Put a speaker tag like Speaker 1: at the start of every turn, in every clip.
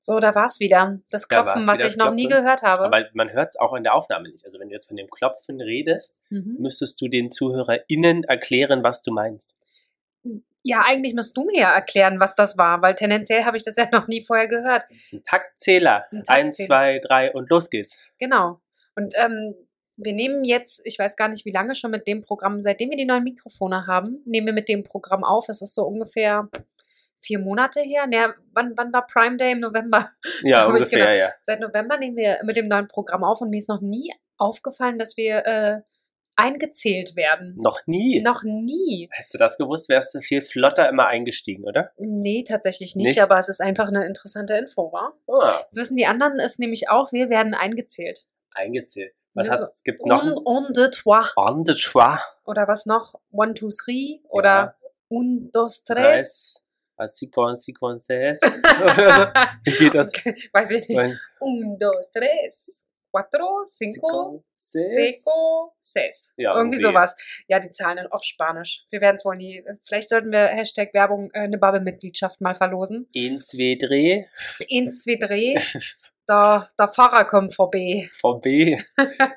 Speaker 1: So, da war's wieder. Das
Speaker 2: Da
Speaker 1: Klopfen,
Speaker 2: war's
Speaker 1: was
Speaker 2: wieder,
Speaker 1: ich
Speaker 2: das
Speaker 1: noch nie
Speaker 2: Klopfen.
Speaker 1: gehört habe.
Speaker 2: Aber man hört es auch in der Aufnahme nicht. Also wenn du jetzt von dem Klopfen redest,
Speaker 1: mhm.
Speaker 2: müsstest du den ZuhörerInnen erklären, was du meinst.
Speaker 1: Ja, eigentlich musst du mir ja erklären, was das war, weil tendenziell habe ich das ja noch nie vorher gehört.
Speaker 2: Das ist ein Taktzähler.
Speaker 1: Ein Taktzähler.
Speaker 2: Eins, zwei, drei und los geht's.
Speaker 1: Genau. Und ähm, wir nehmen jetzt, ich weiß gar nicht, wie lange schon mit dem Programm, seitdem wir die neuen Mikrofone haben, nehmen wir mit dem Programm auf. Es ist so ungefähr vier Monate her. Naja, wann, wann war Prime Day? Im November.
Speaker 2: Ja,
Speaker 1: Hab ich
Speaker 2: ungefähr,
Speaker 1: genau.
Speaker 2: ja.
Speaker 1: Seit November nehmen wir mit dem neuen Programm auf und mir ist noch nie aufgefallen, dass wir äh, eingezählt werden.
Speaker 2: Noch nie.
Speaker 1: Noch nie.
Speaker 2: Hättest du das gewusst, wärst du viel flotter immer eingestiegen, oder?
Speaker 1: Nee, tatsächlich nicht,
Speaker 2: Nicht?
Speaker 1: aber es ist einfach eine interessante Info, wa?
Speaker 2: Ah,
Speaker 1: Das wissen die anderen es nämlich auch, wir werden eingezählt.
Speaker 2: eingezählt. Was
Speaker 1: Ja, so
Speaker 2: hast, gibt's noch?
Speaker 1: Un,
Speaker 2: ein-
Speaker 1: un, deux, trois.
Speaker 2: On the trois.
Speaker 1: Oder was noch? One, two, three oder un, dos, tres.
Speaker 2: Tres. Así con, si con, ses. Oder so. Wie geht das?
Speaker 1: Weiß ich nicht.
Speaker 2: Ein,
Speaker 1: Un, dos, tres, cuatro, cinco,
Speaker 2: cinco, ses.
Speaker 1: seco, ses.
Speaker 2: Ja,
Speaker 1: irgendwie,
Speaker 2: irgendwie.
Speaker 1: sowas. Ja, die Zahlen dann auf Spanisch. Wir werden es wohl nie. Vielleicht sollten wir Hashtag Werbung äh, eine Bubble-Mitgliedschaft mal verlosen.
Speaker 2: Ein, zwei, drei.
Speaker 1: Eins, zwei, drei. Da, der Fahrer kommt vorbei.
Speaker 2: VB.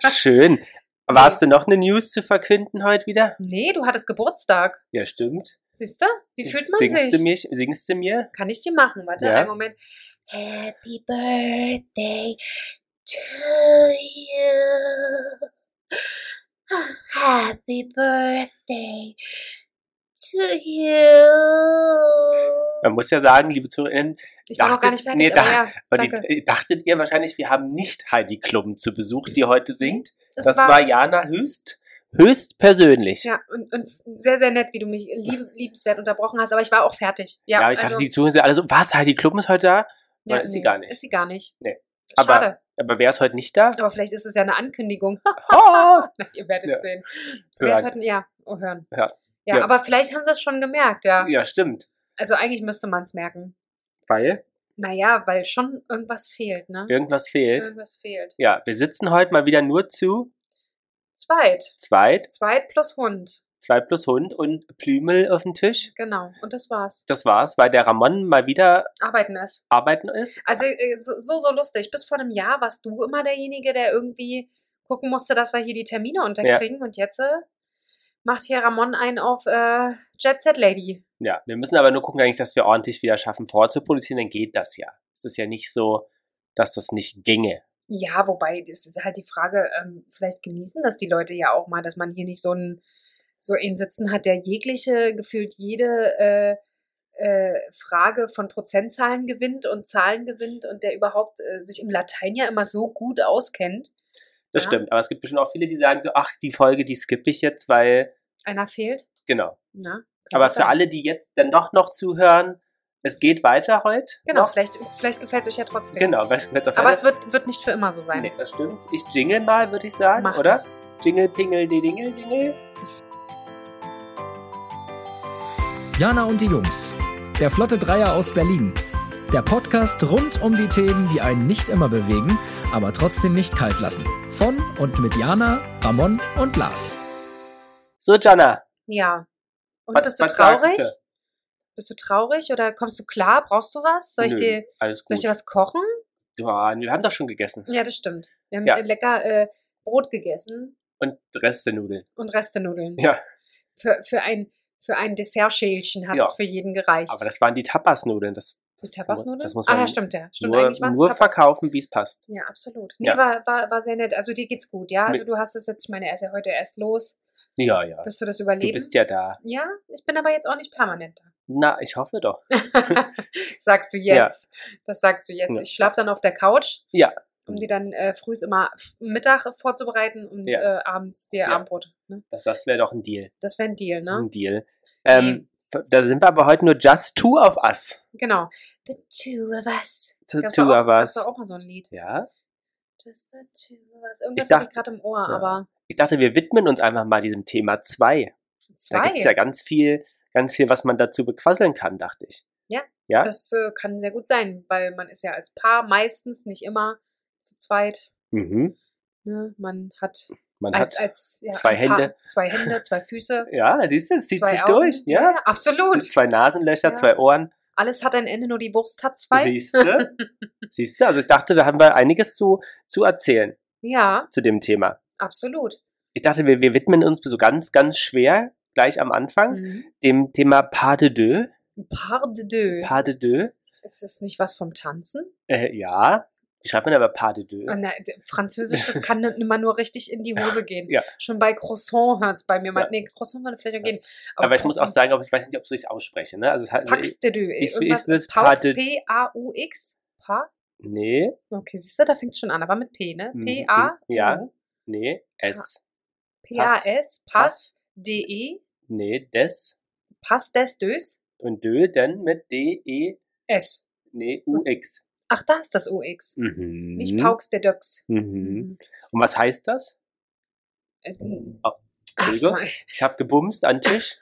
Speaker 2: Schön. Aber hast du noch eine News zu verkünden heute wieder?
Speaker 1: Nee, du hattest Geburtstag.
Speaker 2: Ja, stimmt.
Speaker 1: Siehst du? Wie fühlt man
Speaker 2: singst
Speaker 1: sich?
Speaker 2: Du mir, singst du mir?
Speaker 1: Kann ich dir machen? Warte,
Speaker 2: Ja.
Speaker 1: einen Moment. Happy Birthday to you. Happy Birthday to you.
Speaker 2: Man muss ja sagen, liebe ZuhörerInnen,
Speaker 1: Ich war noch
Speaker 2: dachte-
Speaker 1: gar nicht fertig.
Speaker 2: nee,
Speaker 1: aber
Speaker 2: da-
Speaker 1: ja,
Speaker 2: aber die-
Speaker 1: danke.
Speaker 2: äh, dachtet ihr wahrscheinlich, wir haben nicht Heidi Klum zu Besuch, die heute singt.
Speaker 1: das,
Speaker 2: Das war Jana höchst, höchst persönlich.
Speaker 1: ja, und, und sehr, sehr nett, wie du mich lieb, liebenswert unterbrochen hast, aber ich war auch fertig. Ja, also
Speaker 2: Ja, ich dachte, die Zuhörer sind alle so, was, Heidi Klum ist heute da?
Speaker 1: ja,
Speaker 2: ist sie gar nicht.
Speaker 1: Ist sie gar nicht.
Speaker 2: Nee. Aber-
Speaker 1: Schade. Aber,
Speaker 2: Aber wer ist heute nicht da?
Speaker 1: vielleicht ist es ja eine Ankündigung.
Speaker 2: Oh,
Speaker 1: Na, ihr werdet
Speaker 2: Ja.
Speaker 1: sehen. Wer ist
Speaker 2: hören.
Speaker 1: heute, ja, oh, hören.
Speaker 2: Ja.
Speaker 1: Ja,
Speaker 2: Ja.
Speaker 1: aber vielleicht haben sie es schon gemerkt, ja.
Speaker 2: Ja, stimmt.
Speaker 1: Also eigentlich müsste man es merken.
Speaker 2: Weil
Speaker 1: Naja, weil schon irgendwas fehlt, ne?
Speaker 2: irgendwas fehlt.
Speaker 1: Irgendwas fehlt.
Speaker 2: Ja, wir sitzen heute mal wieder nur zu
Speaker 1: Zweit.
Speaker 2: zweit,
Speaker 1: Zweit plus Hund.
Speaker 2: zwei plus Hund und Plümel auf dem Tisch.
Speaker 1: Genau. Und das war's.
Speaker 2: Das war's, weil der Ramon mal wieder
Speaker 1: Arbeiten ist.
Speaker 2: arbeiten ist.
Speaker 1: Also äh, so, so, so lustig. Bis vor einem Jahr warst du immer derjenige, der irgendwie gucken musste, dass wir hier die Termine unterkriegen. Und jetzt äh, macht hier Ramon einen auf äh, Jet Set Lady.
Speaker 2: Ja, wir müssen aber nur gucken, eigentlich, dass wir ordentlich wieder schaffen, vorzuproduzieren, dann geht das ja. Es ist ja nicht so, dass das nicht ginge.
Speaker 1: Ja, wobei, das ist halt die Frage, ähm, vielleicht genießen das die Leute ja auch mal, dass man hier nicht so einen, so einen Sitzen hat, der jegliche, gefühlt jede äh, äh, Frage von Prozentzahlen gewinnt und Zahlen gewinnt und der überhaupt äh, sich im Latein ja immer so gut auskennt.
Speaker 2: Das
Speaker 1: Ja.
Speaker 2: stimmt, aber es gibt bestimmt auch viele, die sagen so, ach, die Folge, die skippe ich jetzt, weil,
Speaker 1: Einer fehlt.
Speaker 2: genau.
Speaker 1: Na, kann
Speaker 2: Aber
Speaker 1: das
Speaker 2: für
Speaker 1: sein.
Speaker 2: alle, die jetzt dann doch noch zuhören, es geht weiter heute.
Speaker 1: Genau,
Speaker 2: noch.
Speaker 1: vielleicht, vielleicht gefällt es euch ja trotzdem.
Speaker 2: Genau, weißt du, jetzt auf
Speaker 1: Aber
Speaker 2: alle-
Speaker 1: es wird, wird nicht für immer so sein.
Speaker 2: Nee, das stimmt. Ich jingle mal, würde ich sagen,
Speaker 1: Macht
Speaker 2: oder?
Speaker 1: es.
Speaker 2: Jingle, pingle, die dingle, dingle.
Speaker 3: Jana und die Jungs. Der Flotte Dreier aus Berlin. Der Podcast rund um die Themen, die einen nicht immer bewegen, aber trotzdem nicht kalt lassen. Von und mit Jana, Ramon und Lars.
Speaker 2: So, Jana,
Speaker 1: Ja. Und
Speaker 2: Was-
Speaker 1: bist du
Speaker 2: was sagst
Speaker 1: traurig?
Speaker 2: du?
Speaker 1: Bist du traurig oder kommst du klar? Brauchst du was? Soll ich
Speaker 2: Nö,
Speaker 1: dir,
Speaker 2: alles
Speaker 1: soll
Speaker 2: gut.
Speaker 1: ich dir was Hm. kochen?
Speaker 2: Ja, wir haben doch schon gegessen.
Speaker 1: Ja, das stimmt. Wir haben
Speaker 2: Ja.
Speaker 1: äh, lecker äh, Brot gegessen
Speaker 2: Und Reste-Nudeln.
Speaker 1: und Restenudeln.
Speaker 2: Ja,
Speaker 1: Für, für ein, für ein Dessertschälchen hat es
Speaker 2: Ja.
Speaker 1: für jeden gereicht.
Speaker 2: aber das waren die Tapas-Nudeln. Das,
Speaker 1: die
Speaker 2: das,
Speaker 1: Tapasnudeln?
Speaker 2: Das muss
Speaker 1: ah
Speaker 2: man
Speaker 1: ja, stimmt ja. Stimmt,
Speaker 2: nur,
Speaker 1: eigentlich waren es
Speaker 2: nur
Speaker 1: Tapas.
Speaker 2: verkaufen, wie es passt.
Speaker 1: Ja, absolut. Nee,
Speaker 2: Ja.
Speaker 1: War, war, war sehr nett. Also dir geht's gut, ja? Also
Speaker 2: Mir-
Speaker 1: du hast es jetzt, ich meine, er ist ja heute erst los.
Speaker 2: Ja, ja.
Speaker 1: Wirst du das
Speaker 2: Du
Speaker 1: überleben?
Speaker 2: bist ja da.
Speaker 1: ja, ich bin aber jetzt auch nicht permanent da.
Speaker 2: Na, ich hoffe doch.
Speaker 1: sagst du jetzt. Das sagst du jetzt.
Speaker 2: Ja.
Speaker 1: Ich schlafe dann auf der Couch.
Speaker 2: Ja.
Speaker 1: Um dir dann äh, frühs immer f- Mittag vorzubereiten und
Speaker 2: Ja.
Speaker 1: äh, abends dir
Speaker 2: Ja.
Speaker 1: Abendbrot. Ne?
Speaker 2: Das, das wäre doch ein Deal.
Speaker 1: Das wäre ein Deal, ne?
Speaker 2: Ein Deal. Ähm, Da sind wir aber heute nur just two of us.
Speaker 1: Genau. The two of us.
Speaker 2: The
Speaker 1: Gab's
Speaker 2: two
Speaker 1: doch auch,
Speaker 2: of us.
Speaker 1: Gab's doch auch mal so ein Lied.
Speaker 2: Ja.
Speaker 1: Just the two of us. Irgendwas
Speaker 2: Ich
Speaker 1: habe ich
Speaker 2: dacht-
Speaker 1: gerade im Ohr,
Speaker 2: Ja.
Speaker 1: aber
Speaker 2: Ich dachte, wir widmen uns einfach mal diesem Thema zwei. Da
Speaker 1: zwei.
Speaker 2: gibt es ja ganz viel, ganz viel, was man dazu bequasseln kann, dachte ich. ja.
Speaker 1: Das äh, kann sehr gut sein, weil man ist ja als Paar meistens nicht immer zu zweit.
Speaker 2: Mhm.
Speaker 1: Ne? Man hat
Speaker 2: Man
Speaker 1: als,
Speaker 2: hat.
Speaker 1: als ja,
Speaker 2: zwei
Speaker 1: ein Paar-
Speaker 2: Hände.
Speaker 1: zwei Hände, zwei Füße,
Speaker 2: Ja, siehst du, es zieht
Speaker 1: zwei
Speaker 2: sich
Speaker 1: Augen.
Speaker 2: durch. Ja.
Speaker 1: absolut.
Speaker 2: Es sind Zwei Nasenlöcher,
Speaker 1: Ja.
Speaker 2: zwei Ohren.
Speaker 1: Alles hat ein Ende, nur die Wurst hat zwei.
Speaker 2: Siehste? Siehste? Also ich dachte, da haben wir einiges zu, zu erzählen
Speaker 1: Ja,
Speaker 2: zu dem Thema.
Speaker 1: absolut.
Speaker 2: Ich dachte, wir, wir widmen uns so ganz, ganz schwer gleich am Anfang
Speaker 1: Mhm.
Speaker 2: dem Thema Pas de deux.
Speaker 1: Par de deux.
Speaker 2: Pas de deux.
Speaker 1: Ist das nicht was vom Tanzen?
Speaker 2: Äh, ja. Wie schreibt man aber Pas de deux?
Speaker 1: Ah, Na, d- Französisch, das kann dann immer nur richtig in die Hose gehen.
Speaker 2: ja.
Speaker 1: Schon bei Croissant hört es bei mir mal.
Speaker 2: Ja.
Speaker 1: Nee, Croissant würde vielleicht auch
Speaker 2: Ja.
Speaker 1: gehen.
Speaker 2: Aber ich muss auch
Speaker 1: Croissant-
Speaker 2: sagen, ob ich weiß nicht, ob ich es richtig ausspreche. Ne? Also, es hat- also,
Speaker 1: Pax de deux.
Speaker 2: ich- ich
Speaker 1: Irgendwas
Speaker 2: will es
Speaker 1: mit Paux,
Speaker 2: Pas de-
Speaker 1: P-A-U-X. Pa?
Speaker 2: nee,
Speaker 1: Okay, siehst du, da fängt es schon an, aber mit P, ne?
Speaker 2: Mhm.
Speaker 1: P-A.
Speaker 2: Ja. nee, es.
Speaker 1: P-A-S. E, Pass. D-E.
Speaker 2: Nee, des.
Speaker 1: Pass des deux.
Speaker 2: Und dö, dann mit D, E,
Speaker 1: S.
Speaker 2: nee, U, X.
Speaker 1: Ach, da ist das UX.
Speaker 2: Mhm.
Speaker 1: Nicht Paux de Döx.
Speaker 2: Mhm. Und was heißt das?
Speaker 1: Äh,
Speaker 2: Oh,
Speaker 1: ach,
Speaker 2: Entschuldigung.
Speaker 1: sorry.
Speaker 2: Ich habe gebumst an den Tisch.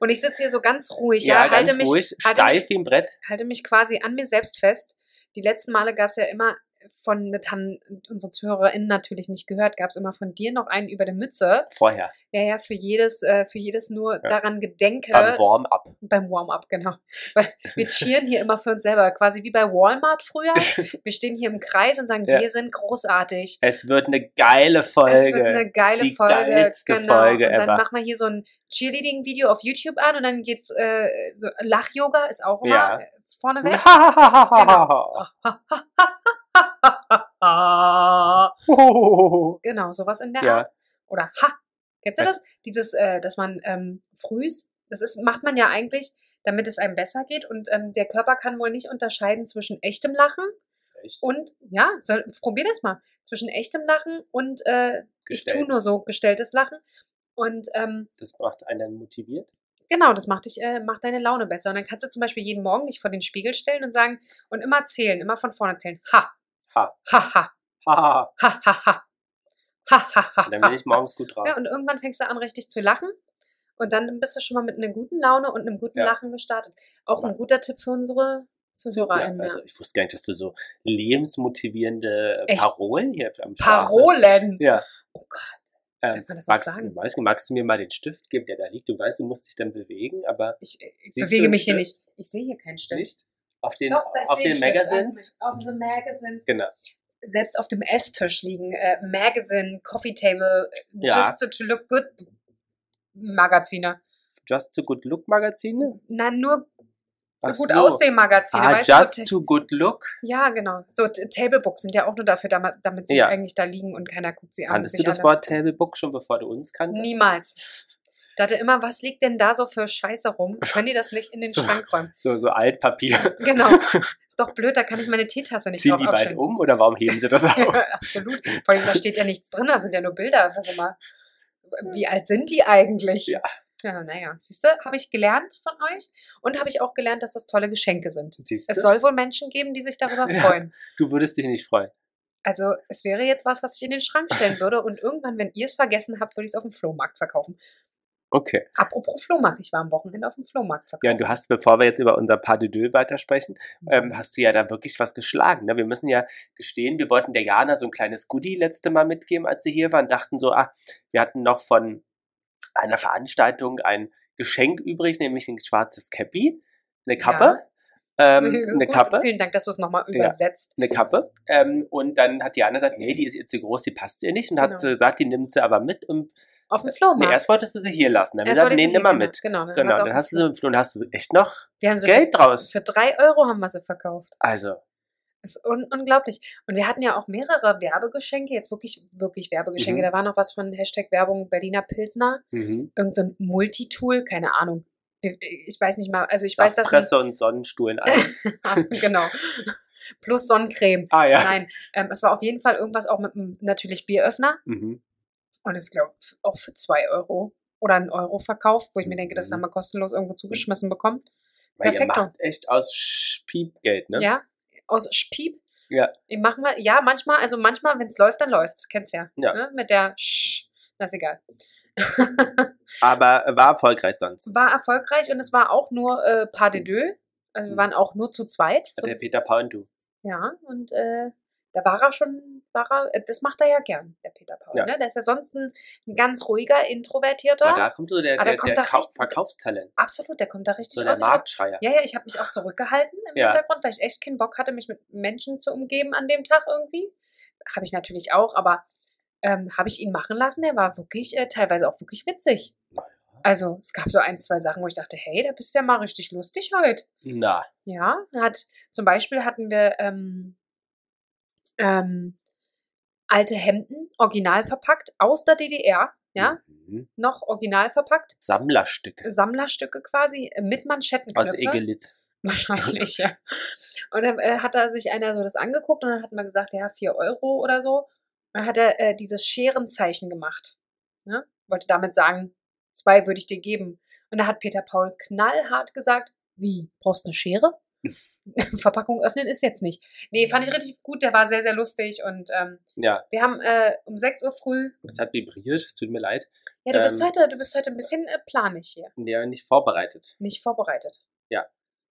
Speaker 1: Und ich sitze hier so ganz ruhig, ja, halte, mich,
Speaker 2: ruhig,
Speaker 1: halte
Speaker 2: steif
Speaker 1: mich-
Speaker 2: wie ein Brett.
Speaker 1: halte mich quasi an mir selbst fest. Die letzten Male gab es ja immer von, das haben unsere ZuhörerInnen natürlich nicht gehört, gab es immer von dir noch einen über der Mütze.
Speaker 2: Vorher,
Speaker 1: Ja, ja, für jedes, äh, für jedes nur daran Gedenke
Speaker 2: beim Warm-up.
Speaker 1: beim Warm-up, genau. Weil wir cheeren hier immer für uns selber, quasi wie bei Walmart früher. Wir stehen hier im Kreis und sagen,
Speaker 2: Ja.
Speaker 1: wir sind großartig.
Speaker 2: Es wird eine geile
Speaker 1: Es wird
Speaker 2: Folge.
Speaker 1: eine geile
Speaker 2: Die
Speaker 1: Folge. genau.
Speaker 2: geilste Folge
Speaker 1: und dann
Speaker 2: ever.
Speaker 1: machen wir hier so ein Cheerleading-Video auf YouTube an und dann geht's äh, so Lach-Yoga ist auch immer
Speaker 2: Ja.
Speaker 1: äh,
Speaker 2: Hm,
Speaker 1: vorne weg.
Speaker 2: Genau.
Speaker 1: genau, sowas in der
Speaker 2: Ja.
Speaker 1: Art. Oder ha. Kennst du
Speaker 2: Was?
Speaker 1: das? Dieses, äh, dass man ähm, frühs, das ist, macht man ja eigentlich, damit es einem besser geht. Und ähm, der Körper kann wohl nicht unterscheiden zwischen echtem Lachen
Speaker 2: Echt?
Speaker 1: und, ja, soll, probier das mal, zwischen echtem Lachen und äh, ich
Speaker 2: Gestellt.
Speaker 1: tu nur so gestelltes Lachen. Und ähm,
Speaker 2: Das macht einen dann motiviert.
Speaker 1: Genau, das macht, dich, äh, macht deine Laune besser. Und dann kannst du zum Beispiel jeden Morgen dich vor den Spiegel stellen und sagen und immer zählen, immer von vorne zählen. Ha,
Speaker 2: Ha.
Speaker 1: ha, ha,
Speaker 2: Haha.
Speaker 1: ha, ha, ha. Ha, ha, ha.
Speaker 2: Und dann bin ich morgens gut drauf.
Speaker 1: Ja, und irgendwann fängst du an, richtig zu lachen. Und dann bist du schon mal mit einer guten Laune und einem guten
Speaker 2: Ja.
Speaker 1: Lachen gestartet. Auch
Speaker 2: Ja.
Speaker 1: ein guter Tipp für unsere ZuhörerInnen.
Speaker 2: Ja,
Speaker 1: Ja,
Speaker 2: also ich wusste gar nicht, dass du so lebensmotivierende
Speaker 1: Echt?
Speaker 2: Parolen hier am Start hast.
Speaker 1: Parolen!
Speaker 2: Ja.
Speaker 1: Oh Gott,
Speaker 2: Ähm,
Speaker 1: darf man das noch
Speaker 2: magst,
Speaker 1: sagen?
Speaker 2: weiß nicht, magst du mir mal den Stift geben, der da liegt? Du weißt, du musst dich dann bewegen, aber
Speaker 1: Ich, ich
Speaker 2: Siehst
Speaker 1: bewege
Speaker 2: du
Speaker 1: mich hier
Speaker 2: einen
Speaker 1: nicht. Ich sehe hier keinen Stift.
Speaker 2: nicht. Auf den,
Speaker 1: Doch, da ist
Speaker 2: auf den Magazines?
Speaker 1: Auf the Magazines.
Speaker 2: Genau.
Speaker 1: selbst auf dem Esstisch liegen. Äh, Magazine, Coffee Table, äh,
Speaker 2: Ja.
Speaker 1: Just to, to Look Good Magazine.
Speaker 2: Just to Good Look Magazine?
Speaker 1: Na, nur so
Speaker 2: Ach
Speaker 1: gut
Speaker 2: so.
Speaker 1: aussehen Magazine.
Speaker 2: Ah,
Speaker 1: weißt du,
Speaker 2: Just
Speaker 1: so Ta-
Speaker 2: to Good Look.
Speaker 1: ja, genau. So T- Table Books sind ja auch nur dafür, dam- damit sie
Speaker 2: Ja.
Speaker 1: eigentlich da liegen und keiner guckt sie an.
Speaker 2: Kanntest
Speaker 1: sich
Speaker 2: du das
Speaker 1: alle-
Speaker 2: Wort Table Book schon, bevor du uns kanntest?
Speaker 1: ne? Niemals. Da hatte immer, was liegt denn da so für Scheiße rum? Können die das nicht in den
Speaker 2: So.
Speaker 1: Schrank räumen?
Speaker 2: So, so Altpapier.
Speaker 1: Genau. Ist doch blöd, da kann ich meine Teetasse nicht
Speaker 2: Ziehen
Speaker 1: drauf
Speaker 2: die beiden
Speaker 1: aufstellen.
Speaker 2: um oder warum heben sie das auf?
Speaker 1: Ja, absolut. Vor allem, da steht ja nichts drin, da sind ja nur Bilder. Also mal, wie alt sind die eigentlich?
Speaker 2: Ja.
Speaker 1: Ja, naja, siehst du, habe ich gelernt von euch und habe ich auch gelernt, dass das tolle Geschenke sind.
Speaker 2: Siehst
Speaker 1: Es
Speaker 2: du?
Speaker 1: soll wohl Menschen geben, die sich darüber
Speaker 2: Ja.
Speaker 1: freuen.
Speaker 2: Du würdest dich nicht freuen.
Speaker 1: Also es wäre jetzt was, was ich in den Schrank stellen würde und irgendwann, wenn ihr es vergessen habt, würde ich es auf dem Flohmarkt verkaufen.
Speaker 2: Okay.
Speaker 1: Apropos Flohmarkt, ich war am Wochenende auf dem Flohmarkt verkauft.
Speaker 2: Ja, und du hast, bevor wir jetzt über unser Pas de deux weitersprechen,
Speaker 1: Mhm.
Speaker 2: ähm, hast du ja da wirklich was geschlagen. Ne? Wir müssen ja gestehen, wir wollten der Jana so ein kleines Goodie letzte Mal mitgeben, als sie hier war und dachten so, ah, wir hatten noch von einer Veranstaltung ein Geschenk übrig, nämlich ein schwarzes Cappy, eine Kappe, ähm, eine
Speaker 1: Gut,
Speaker 2: Kappe,
Speaker 1: Vielen Dank, dass du es nochmal
Speaker 2: Ja.
Speaker 1: übersetzt.
Speaker 2: eine Kappe. Ähm, und dann hat Jana gesagt, nee, die ist ihr zu groß, die passt ihr nicht und hat
Speaker 1: Genau.
Speaker 2: gesagt, die nimmt sie aber mit und
Speaker 1: Auf dem
Speaker 2: nee,
Speaker 1: Flohmarkt.
Speaker 2: erst wolltest du sie hier lassen. Dann
Speaker 1: Erst
Speaker 2: haben wir gesagt,
Speaker 1: wollte
Speaker 2: nee,
Speaker 1: ich sie
Speaker 2: nimm mal
Speaker 1: hier-
Speaker 2: mit.
Speaker 1: Genau, dann,
Speaker 2: Genau,
Speaker 1: war's auf
Speaker 2: dann
Speaker 1: dem
Speaker 2: hast du
Speaker 1: Flohmarkt.
Speaker 2: sie und dann hast du echt noch
Speaker 1: Wir haben so viel
Speaker 2: Geld draus.
Speaker 1: Für drei Euro haben wir sie verkauft.
Speaker 2: Also,
Speaker 1: Ist un unglaublich. Und wir hatten ja auch mehrere Werbegeschenke, jetzt wirklich, wirklich Werbegeschenke.
Speaker 2: Mhm.
Speaker 1: Da war noch was von Hashtag Werbung Berliner Pilsner,
Speaker 2: mhm.
Speaker 1: irgend so ein Multitool, keine Ahnung. Ich weiß nicht mal, also ich weiß, dass.
Speaker 2: Presse und Sonnenstuhl in einem.
Speaker 1: genau. Plus Sonnencreme.
Speaker 2: Ah ja.
Speaker 1: Nein, ähm, es war auf jeden Fall irgendwas auch mit einem natürlich Bieröffner
Speaker 2: Mhm.
Speaker 1: und ich glaube auch für zwei Euro oder einen Euro verkauft, wo ich mir denke, das
Speaker 2: Mhm.
Speaker 1: haben wir kostenlos irgendwo zugeschmissen bekommen.
Speaker 2: Weil
Speaker 1: Perfekto.
Speaker 2: ihr macht echt aus Sch- Piepgeld, ne?
Speaker 1: Ja, aus Spieb.
Speaker 2: Ja.
Speaker 1: Ich mach mal, ja, manchmal, also manchmal, wenn es läuft, dann läuft's. Kennst ja.
Speaker 2: Ja.
Speaker 1: Ne? Mit der Sch. Das ist egal.
Speaker 2: Aber war erfolgreich sonst.
Speaker 1: war erfolgreich und es war auch nur äh, Pas de deux. Also wir
Speaker 2: Mhm.
Speaker 1: waren auch nur zu zweit.
Speaker 2: Hat
Speaker 1: So,
Speaker 2: der Peter Paul und du.
Speaker 1: ja, und äh, da war er schon sichtbarer. Äh, Das macht er ja gern, der Peter Paul.
Speaker 2: Ja.
Speaker 1: Ne? Der ist ja sonst ein, ein ganz ruhiger, introvertierter.
Speaker 2: Aber da kommt so der,
Speaker 1: Ah, da
Speaker 2: der,
Speaker 1: kommt
Speaker 2: der
Speaker 1: doch
Speaker 2: Kau-
Speaker 1: richtig-
Speaker 2: Verkaufstalent,
Speaker 1: Absolut, der kommt da richtig
Speaker 2: so der
Speaker 1: aus sich raus.
Speaker 2: Marktschreier.
Speaker 1: Ja, ja, ich habe mich auch zurückgehalten im
Speaker 2: Ja.
Speaker 1: Hintergrund, weil ich echt keinen Bock hatte, mich mit Menschen zu umgeben an dem Tag irgendwie. Habe ich natürlich auch, aber ähm, habe ich ihn machen lassen. Der war wirklich, äh, teilweise auch wirklich witzig. Also es gab so ein, zwei Sachen, wo ich dachte, hey, da bist du ja mal richtig lustig halt. heute.
Speaker 2: Na,
Speaker 1: Ja, hat, zum Beispiel hatten wir ähm, ähm, alte Hemden, original verpackt, aus der DDR, ja,
Speaker 2: Mhm.
Speaker 1: noch original verpackt,
Speaker 2: Sammlerstücke
Speaker 1: Sammlerstücke quasi, äh, mit Manschettenknöpfe.
Speaker 2: aus Egelit.
Speaker 1: Wahrscheinlich, ja. Und dann äh, hat da sich einer so das angeguckt und dann hat man gesagt, ja, 4 Euro oder so. Dann hat er äh, dieses Scherenzeichen gemacht. Ne? Wollte damit sagen, zwei würde ich dir geben. Und da hat Peter Paul knallhart gesagt, wie, brauchst eine Schere? Verpackung öffnen ist jetzt nicht. Nee, fand ich richtig gut, der war sehr, sehr lustig und ähm,
Speaker 2: Ja,
Speaker 1: wir haben äh, um 6 Uhr früh,
Speaker 2: es hat vibriert, es tut mir leid.
Speaker 1: ja, du bist
Speaker 2: Ähm.
Speaker 1: heute, du bist heute ein bisschen äh, planig hier,
Speaker 2: Ja, nicht vorbereitet.
Speaker 1: nicht vorbereitet.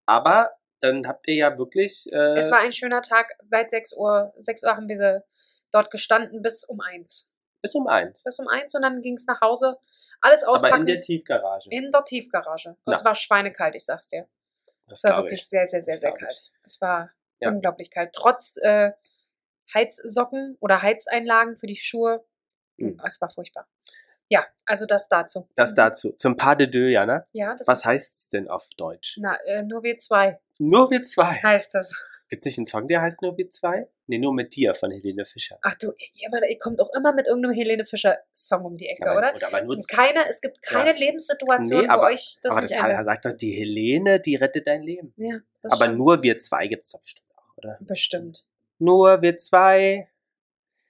Speaker 2: Aber dann habt ihr ja wirklich. Äh,
Speaker 1: Es war ein schöner Tag. Seit 6 Uhr, 6 Uhr haben wir sie dort gestanden bis um 1.
Speaker 2: bis um eins.
Speaker 1: Bis um 1 und dann ging es nach Hause. Alles
Speaker 2: Aber
Speaker 1: auspacken
Speaker 2: in der Tiefgarage.
Speaker 1: Tiefgarage. Und
Speaker 2: Na.
Speaker 1: Es war schweinekalt, ich sag's dir.
Speaker 2: das
Speaker 1: Es war
Speaker 2: glaub
Speaker 1: wirklich
Speaker 2: ich.
Speaker 1: sehr, sehr, sehr,
Speaker 2: Das
Speaker 1: sehr
Speaker 2: glaub ich.
Speaker 1: kalt. Es war
Speaker 2: Ja.
Speaker 1: unglaublich kalt. Trotz äh, Heizsocken oder Heizeinlagen für die Schuhe.
Speaker 2: Hm.
Speaker 1: Es war furchtbar. Ja, also das dazu.
Speaker 2: Das dazu. Zum Pas de deux, Jana.
Speaker 1: Ja, das
Speaker 2: Was heißt's denn auf Deutsch?
Speaker 1: Na, äh, nur wir zwei
Speaker 2: Nur wir zwei.
Speaker 1: heißt das.
Speaker 2: Gibt's nicht einen Song, der heißt Nur wir zwei? Nee, nur mit dir von Helene Fischer.
Speaker 1: Ach du, ihr, aber ihr kommt auch immer mit irgendeinem Helene Fischer-Song um die Ecke,
Speaker 2: aber,
Speaker 1: oder?
Speaker 2: oder aber nur
Speaker 1: Und Keine, es gibt keine
Speaker 2: Ja.
Speaker 1: Lebenssituation,
Speaker 2: Nee, aber-
Speaker 1: wo euch das
Speaker 2: aber
Speaker 1: nicht
Speaker 2: das
Speaker 1: ändert.
Speaker 2: sagt doch, die Helene, die rettet dein Leben.
Speaker 1: Ja, das
Speaker 2: Aber
Speaker 1: stimmt.
Speaker 2: nur wir zwei gibt's da bestimmt auch, oder?
Speaker 1: bestimmt.
Speaker 2: Nur wir zwei